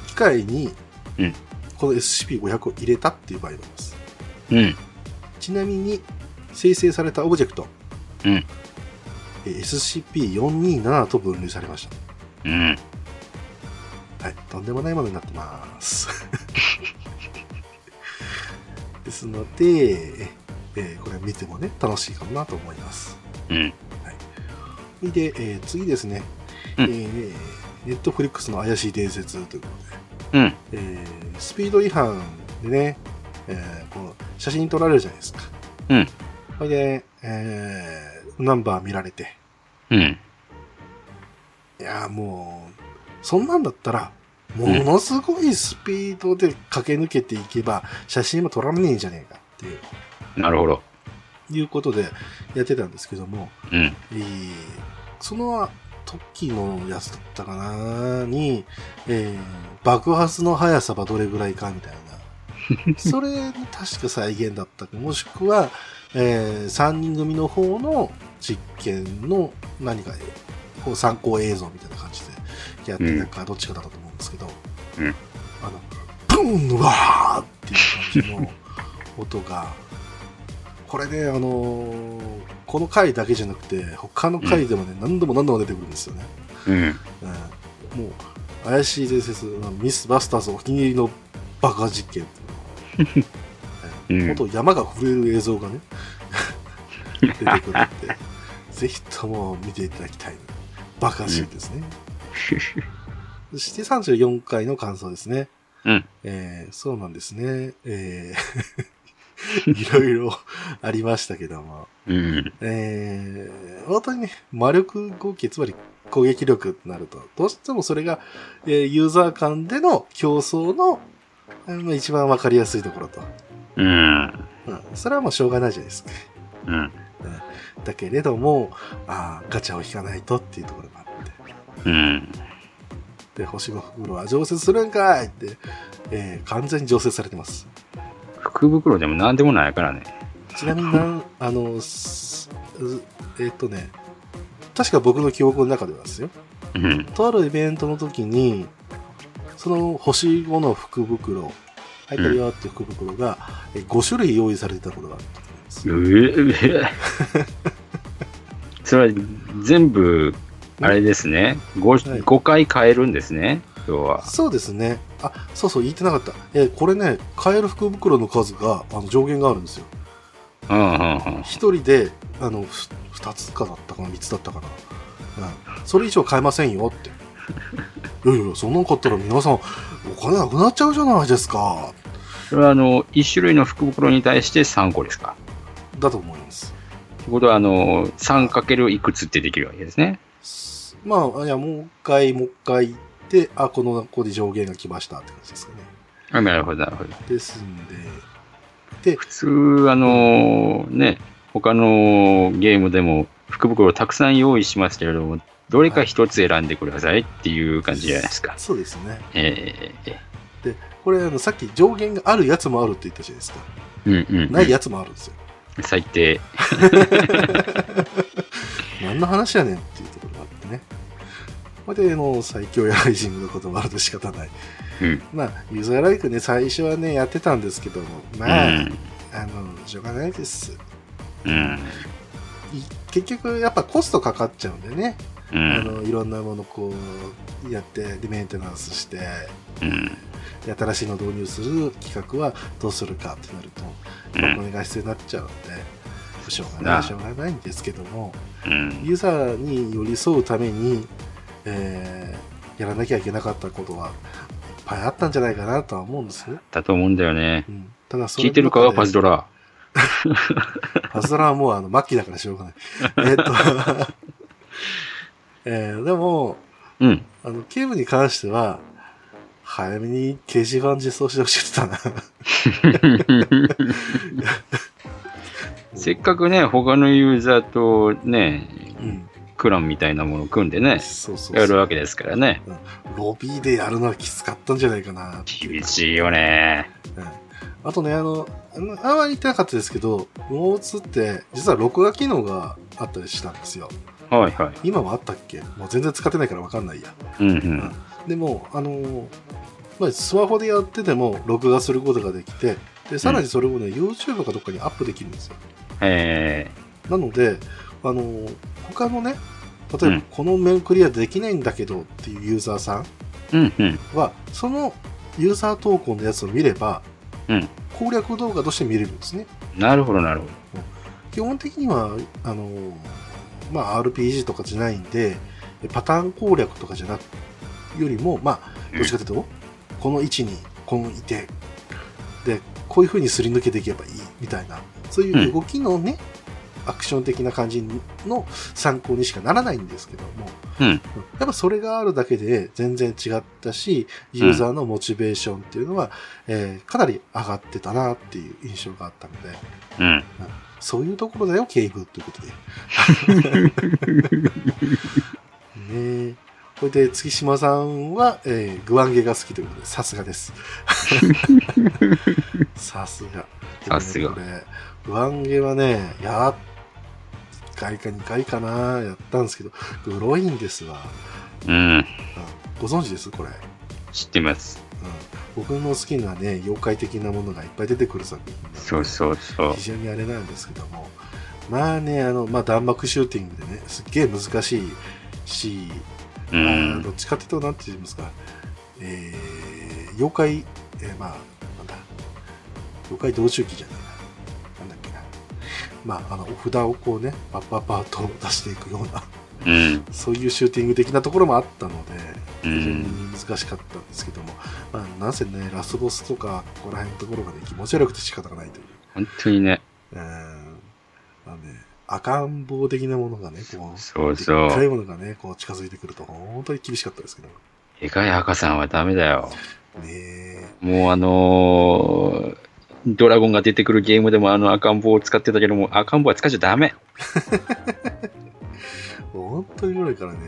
機械にうん、この SCP-500 を入れたっていう場合もあります。うん。ちなみに、生成されたオブジェクト、うんえー SCP-427 と分類されました。うん。はい、とんでもないものになって (laughs) ます。ですので、えーこれ見てもね、楽しいかなと思います。うん。それで、えー次ですね、うんえーネットフリックスの怪しい伝説ということで、うんえースピード違反でね、えーこの写真撮られるじゃないですか。うんそれで、えーナンバー見られて、うん。いやーもう、そんなんだったら、ものすごいスピードで駆け抜けていけば、写真も撮らねえじゃねえかっなるほど。ていうことでやってたんですけども、うん。えーその時のやつだったかなに、えー爆発の速さはどれぐらいかみ (laughs) たいな。それの確か再現だったか、もしくは、え3人組の方の実験の何か、こう参考映像みたいな感じでやってたか、どっちかだったと思うんですけど、うんあの、ブンうわーっていう感じの音が、これね、あのーこの回だけじゃなくて、他の回でもね、何度も何度も出てくるんですよね。うん。うん、もう、怪しい伝説、ミス・バスターズお気に入りの爆破実験っていうのがうん。元山が震える映像がね (laughs) 出てく (laughs) るんでぜひとも見ていただきたいバカしいですね、そして34回の感想ですねうんえーそうなんですねえー (laughs) いろいろありましたけども (laughs) うん。えー、本当にね、魔力合計、つまり攻撃力となると、どうしてもそれが、えーユーザー間での競争の、えーまあ一番わかりやすいところと。うん。うん、それはもうしょうがないじゃないですか。うん。だけれども、ああ、ガチャを引かないとっていうところがあって。うん。で、星の袋は常設するんかいって、えー完全に常設されてます。福袋でも何でもないからね。ちなみになん、あの、すえーっとね、確か僕の記憶の中ではですよ。うん。とあるイベントの時に、その星5の福袋、入ってるよって福袋が、えー5種類用意されてたことがあったと思います。うえそれは全部、あれですね。はい 5, 五回買えるんですね。今日は。そうですね。あ、そうそう、言ってなかった。えーこれね、買える福袋の数が、あの、上限があるんですよ。うんうんうん。一人で、あの、ふ二つかだったかな、三つだったかな。うん。それ以上買えませんよって。いやいや、そんなん買ったら皆さん、お金なくなっちゃうじゃないですか。それはあの、1種類の福袋に対して3個ですか。だと思います。ってことは、あの、3× いくつってできるわけですね。すまあ、いや、もう一回、もう一回行って、あ、この、ここで上限が来ましたって感じですかね。あなるほど、なるほど。ですんで、普通、あの、ね、他のゲームでも福袋をたくさん用意しますけれども、どれか一つ選んでくださいっていう感じじゃないですか。そうですね。えええこれ、あの、さっき上限があるやつもあるって言ったじゃないですか。えうんうん、ないやつもあるんですよ。最低。何の話やねんっていうところがあってね。これで、あの、最強やライジングのこともあると仕方ない。うんまあ、ユーザーライクね、最初はね、やってたんですけども、うまあ、ん。あの、しょうがないです。うん。い結局、やっぱコストかかっちゃうんでね。うあん。の、いろんなものこう、やって、で、メンテナンスして、うん。で新しいのを導入する企画はどうするかってなると、うおん。願い必要になっちゃうので、しょうがなない、あしょうがないんですけども、うん。ユーザーに寄り添うために、えーやらなきゃいけなかったことはいっぱいあったんじゃないかなとは思うんですね。だと思うんだよね。うん、ただそれ聞いてるかの中でパズドラ。パズドラはもうあの末期だからしょうがない。えーっと、 (laughs) えーでも、うん。あの、ゲームに関しては、早めに掲示板実装してほしかったな。 (laughs) せっかくね、他のユーザーとね、うん、クランみたいなものを組んでね、そうそうやそるう。わけですからね。ロビーでやるのはきつかったんじゃないかなっていう厳しいよね。あとね、あの、あのあんまり言ってなかったですけど、ノーツって、実は録画機能があったりしたんですよ。はいは今はあったっけもう全然使ってないから分かんないや。い。うんうん。でも、あのーまあ、スマホでやってても録画することができて、で、さらにそれをね、YouTube かどっかにアップできるんですよ。えなので、あのー他のね、例えうんばこの面クリアできないんだけどっていうユーザーさんー、うんうん。は、そのユーザー投稿のやつを見れば、うん攻略動画として見れるんですね。なるほどなるほど。基本的にはあの、まあ、RPG とかじゃないんでパターン攻略とかじゃなくよりも、まあ、どっちかというと、この位置にこのいてでこういう風にすり抜けていけばいいみたいなそういう動きのね、アクション的な感じの参考にしかならないんですけども、うんやっぱそれがあるだけで全然違ったしユーザーのモチベーションっていうのは、えーかなり上がってたなっていう印象があったので。うん。そういうところだよ、警部ということで。ね (laughs) え。これで、月島さんは、えー、グアンゲが好きということで、さすが (laughs) です。さすが。さすでがもねこれ、グアンゲはね、やっ、1回か2回かな、やったんですけど、グロいんですわ。うん。ご存知ですこれ。うん知ってます。僕の好きなね、妖怪的なものがいっぱい出てくる作品でそうそうそう非。常にあれなんですけども、まあね、あの、まあ、弾幕シューティングでね、すっげえ難しいし、うまあん。どっちかっていうと、なんて言いますか、えー、妖怪、えー、まあ、なんだ、妖怪同周期じゃないな、なんだっけな、まあ、あの、お札をこうね、パッパッパッと出していくような、 (laughs) うん。そういうシューティング的なところもあったので、う非常にん。難しかったんですけども、まあ、なんせね、ラスボスとか、ここら辺のところがね、気持ち悪くて仕方がないという。本当にね。えーまあね、赤ん坊的なものがね、こう、そうでそっかう。いものがね、こう近づいてくると、本当に厳しかったですけど。ねでかい赤さんはダメだよ。え。もうあのードラゴンが出てくるゲームでもあの赤ん坊を使ってたけども、赤ん坊は使っちゃダメ。本当に悪いからね。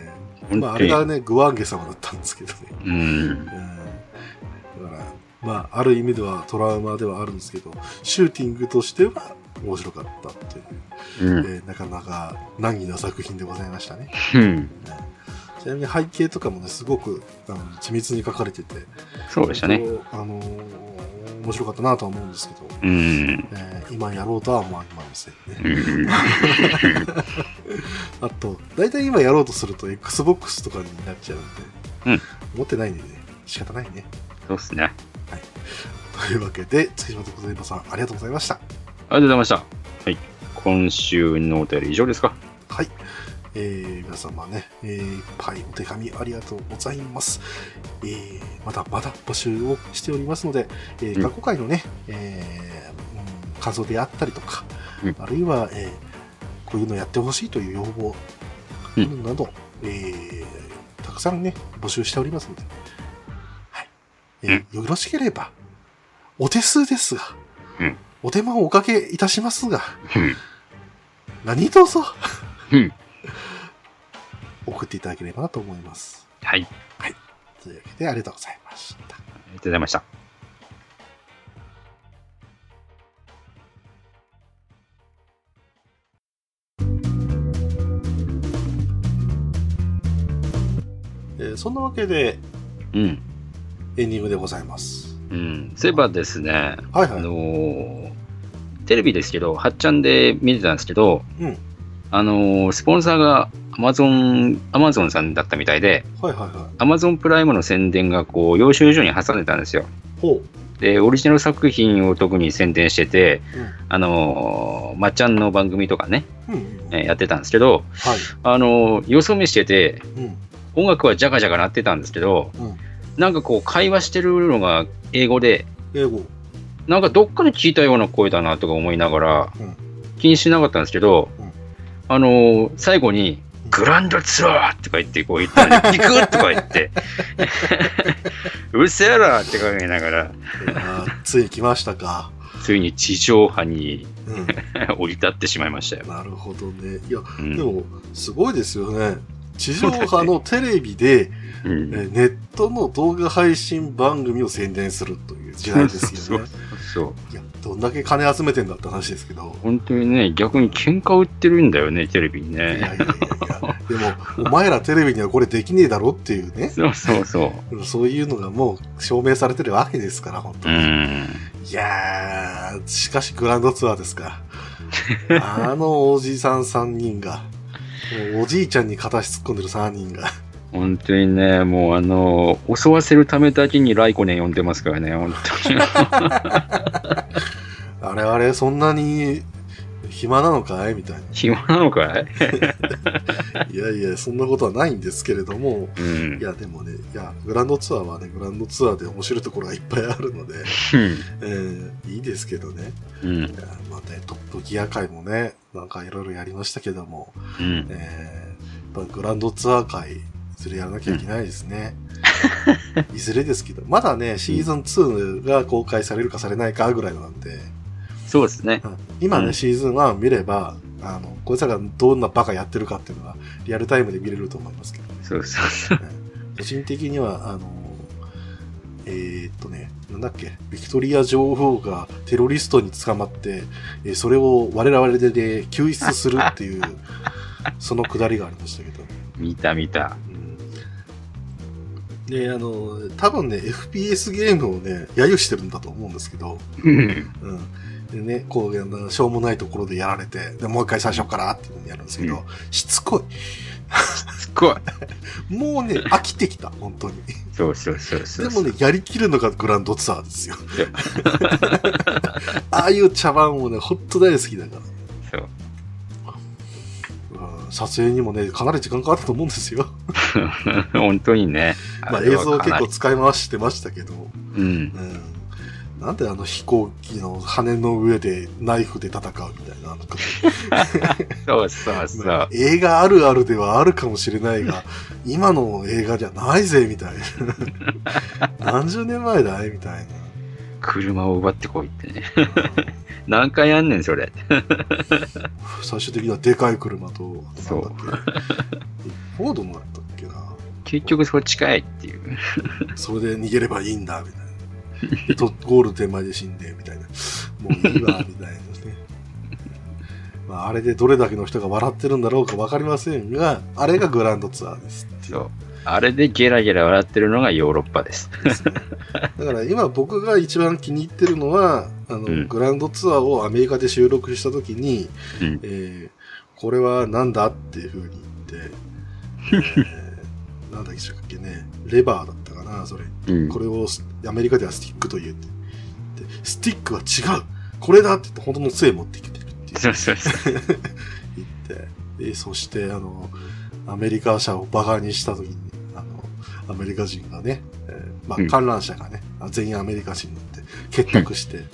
本まあ、あ当れに。がね、グワンゲ様だったんですけどね。うん。うん。だから、まあ、ある意味ではトラウマではあるんですけど、シューティングとしては面白かったっていう、うん。えーなかなか難儀な作品でございましたね。うんちなみに背景とかもね、すごくあの緻密に描かれてて、そうでしたね。本当あのー面白かったなとは思うんですけど、うん。えー今やろうとは思われませんね。 (laughs) うん。あと、大体今やろうとすると Xbox とかになっちゃうんで、持ってないんでね、仕方ないね。そうっすね。あとりいうわけで、月島と小島さん、ありがとうございました。がとうございました。はい。今週のお便り以上ですかはい。えー、皆様ね、えーいっぱいお手紙ありがとうございます。えー、まだまだ募集をしておりますので、えーうん過去回のね、えーうん感想であったりとか、うんあるいは、えーこういうのやってほしいという要望うなんどなど、えーたくさんね、募集しておりますので、はい。えーよろしければ、お手数ですが、うんお手間をおかけいたしますが、うん何とぞ、うん送っていただければなと思います。 (laughs) はい。ありがというわけで、ありがとうございました。とうございました。えーそんなわけで、うん。エンディングでございます。うん。そういえばですね、はいあはい。のーテレビですけど、はっちゃんで見てたんですけど、うんあのースポンサーが Amazon, Amazon さんだったみたいで、はいはいは Amazon プライムの宣伝がこう、要所要所に挟んでたんですよ。い。ほう。で、オリジナル作品を特に宣伝してて、うあのーまっちゃんの番組とかね、ん。うんうんうん。えーやってたんですけど、はい。あのーよそ見してて、うん。音楽はジャカジャカ鳴ってたんですけど、うんなんかこう、会話してるのが英語で、英語。なんかどっかで聞いたような声だなとか思いながらうん、気にしなかったんですけど、うんあのー最後にうん、 (laughs) グランドツアーとか言ってこう言ったのに、ピクッとか言って、うっせえらって考えながら、あーついに来ましたか。ついに地上波に (laughs) う降り立ってしまいましたよん、。なるほどね。いや、うんでも、すごいですよね。地上波のテレビで、えうんーネットの動画配信番組を宣伝するという時代ですよね。 (laughs) そう。いや、どんだけ金集めてんだって話ですけど。本当にね、逆に喧嘩売ってるんだよね、テレビにいやいやね。いやいや。でも、お前らテレビにはこれできねえだろっていうね。そうそうそそういうのがもう証明されてるわけですから、本う。当うに。ん。いやー、しかしグランドツアーですか。あのおじさん3人が、もうおじいちゃんに片足突っ込んでる3人が、本当にね、もうあの、襲わせるためだけにライコネン呼んでますからね、本当に。あれあれ、そんなに暇なのかいみたい暇なのかいな。いやいや、そんなことはないんですけれども、うんい。や、でもね、いや、グランドツアーはね、グランドツアーで面白いところがいっぱいあるので、えーいいですけどね。うんい。やまた、ね、トップギア界もね、なんかいろいろやりましたけども、うん。えーやっぱグランドツアー会、それやらなきゃいけないです (laughs) ね。いずれですけど、まだね、シーズン2が公開されるかされないかぐらいなんで、そうですねう。ん今ね、うんシーズン1見れば、あの、こいつらがどんなバカやってるかっていうのが、リアルタイムで見れると思いますけど、そうそうそう。個人的には、あの、えーっとね、なんだっけ、ビクトリア女王がテロリストに捕まって、えーそれを我々で、ね、救出するっていう、そのくだりがありましたけど、見た見た。うんで、あの、多分ね、FPS ゲームをね、揶揄してるんだと思うんですけど、うん。うん。でね、こうあの、しょうもないところでやられて、でもう一回最初からっていうのにやるんですけど、うしつこすっごい。い。もうね、飽きてきた、本当に。そうそうそうそでう。もね、やりきるのがグランドツアーですよいや。 (laughs) ああいう茶番もね、ほんと大好きだから。そう。うん撮影にもね、かなり時間かかったと思うんですよ。本当にね。まあれ映は像か結なり構使い回してましたけど。うん。うんなんであの飛行機の羽の上でナイフで戦うみたいななんかそうそうそう。映画あるあるではあるかもしれないが、今の映画じゃないぜ、みたいな。何十年前だいみたい車を奪ってこいってね。な。うん何回やんねん、それ。最終的にはでかい車と、そうなんだっけフォードのだったっけな。結局そっちかいっていう。それで逃げればいいんだ、みたいな。でと (laughs) ゴール手前で死んで、みたいな。もういいわ、みたいなね。まあ、あれでどれだけの人が笑ってるんだろうか分かりませんが、あれがグランドツアーですっていうそう。あれでゲラゲラ笑ってるのがヨーロッパです。ですね。だから今僕が一番気に入ってるのは、あの、うんグランドツアーをアメリカで収録した時に、うんえーこれはなんだっていうふうに言って、えーなんだっけね、レバーだったかな、それ。うんこ。れをスアメリカではスティックと言うってでスティックは違うこれだって言って本当の杖持ってきてるってそうそうそう。言ってでそしてあのアメリカ車をバカにした時にあのアメリカ人がね、えーまうんあ、観覧車がね、あ全員アメリカ人になって結託して、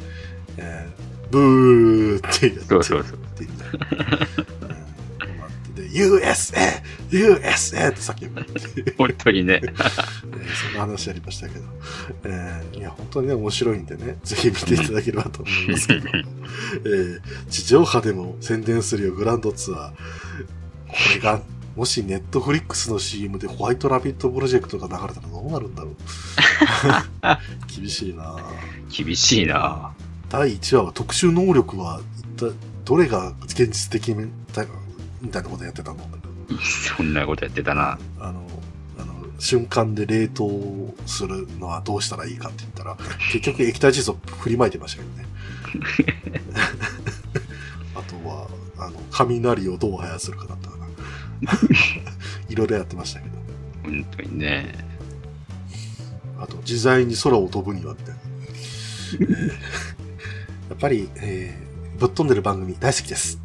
えーブーってやってそうそうそうって言ってで USA! USA! って叫ぶっていう本当にね。えーそんな話ありましたけど、えーいや、本当にね、面白いんでね、 (laughs) ぜひ見ていただければと思いますけど、えー地上波でも宣伝するよ、グランドツアー。これが、もしネットフリックスの CM でホワイトラビットプロジェクトが流れたらどうなるんだろう。厳しいなぁ厳しいな (laughs) 第1話は特殊能力は一体どれが現実的みたいなみたいなことやってたのそんなことやってたな。あの、あの、瞬間で冷凍するのはどうしたらいいかって言ったら、結局液体窒素振りまいてましたけどね。あとは、あの、雷をどう早するかだったかな。 (laughs) いろいろやってましたけど。本当にね。あと、自在に空を飛ぶにはみたいな。えーやっぱり、えーぶっ飛んでる番組大好きです。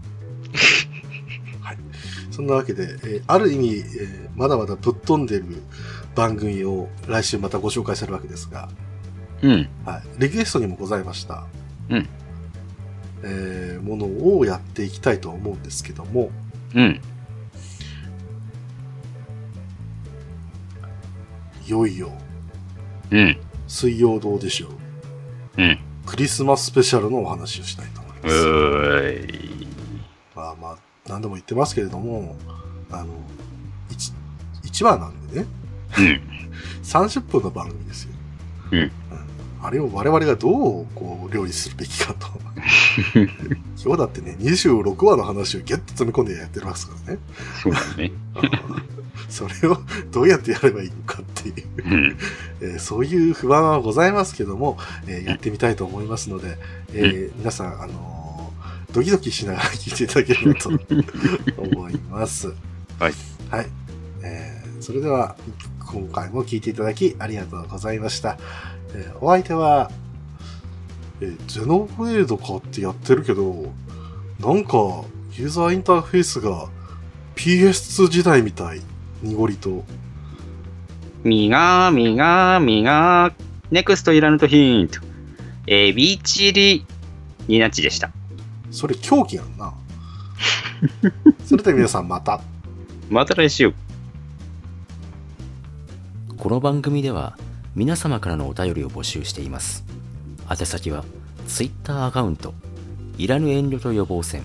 はい。そんなわけで、えーある意味、えーまだまだぶっ飛んでる番組を来週またご紹介するわけですが、うん。はい。リクエストにもございました。うんえーものをやっていきたいと思うんですけども、うん。いよいよ、うん。水曜どうでしょう。うん。クリスマススペシャルのお話をしたいと思いうます。ーい。まあまあ、何度も言ってますけれども、あの、1, 1話なんでね、うん。 30分の番組ですよ。うんあれを我々がどうこう料理するべき (laughs) かと。今日だってね、26話の話をギュッと詰め込んでやってます (laughs) からね。そうだね。それをどうやってやればいいのかっていう、うん。えーそういう不安はございますけども、えーやってみたいと思いますので、えー皆さん、あのードキドキしながら聞いていただければ (laughs) と思います。はい。はい。えーそれでは、今回も聞いていただきありがとうございました。えーお相手は、えーゼノブレードかってやってるけど、なんか、ユーザーインターフェースが PS2 時代みたい、濁りと。みがみがみがネクストいらぬとヒント。エビチリニナッチでした。それ狂気やんな。それでは皆さんまた。また来週。この番組では皆様からのお便りを募集しています宛先は Twitter アカウントいらぬ遠慮と予防線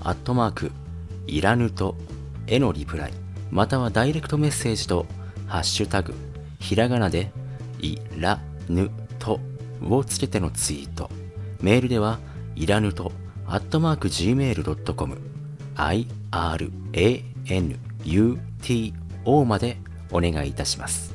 アットマークいらぬとへのリプライまたはダイレクトメッセージとハッシュタグひらがなでいらぬとをつけてのツイートメールではいらぬとアットマーク gmail.com iranut o までお願いいたします。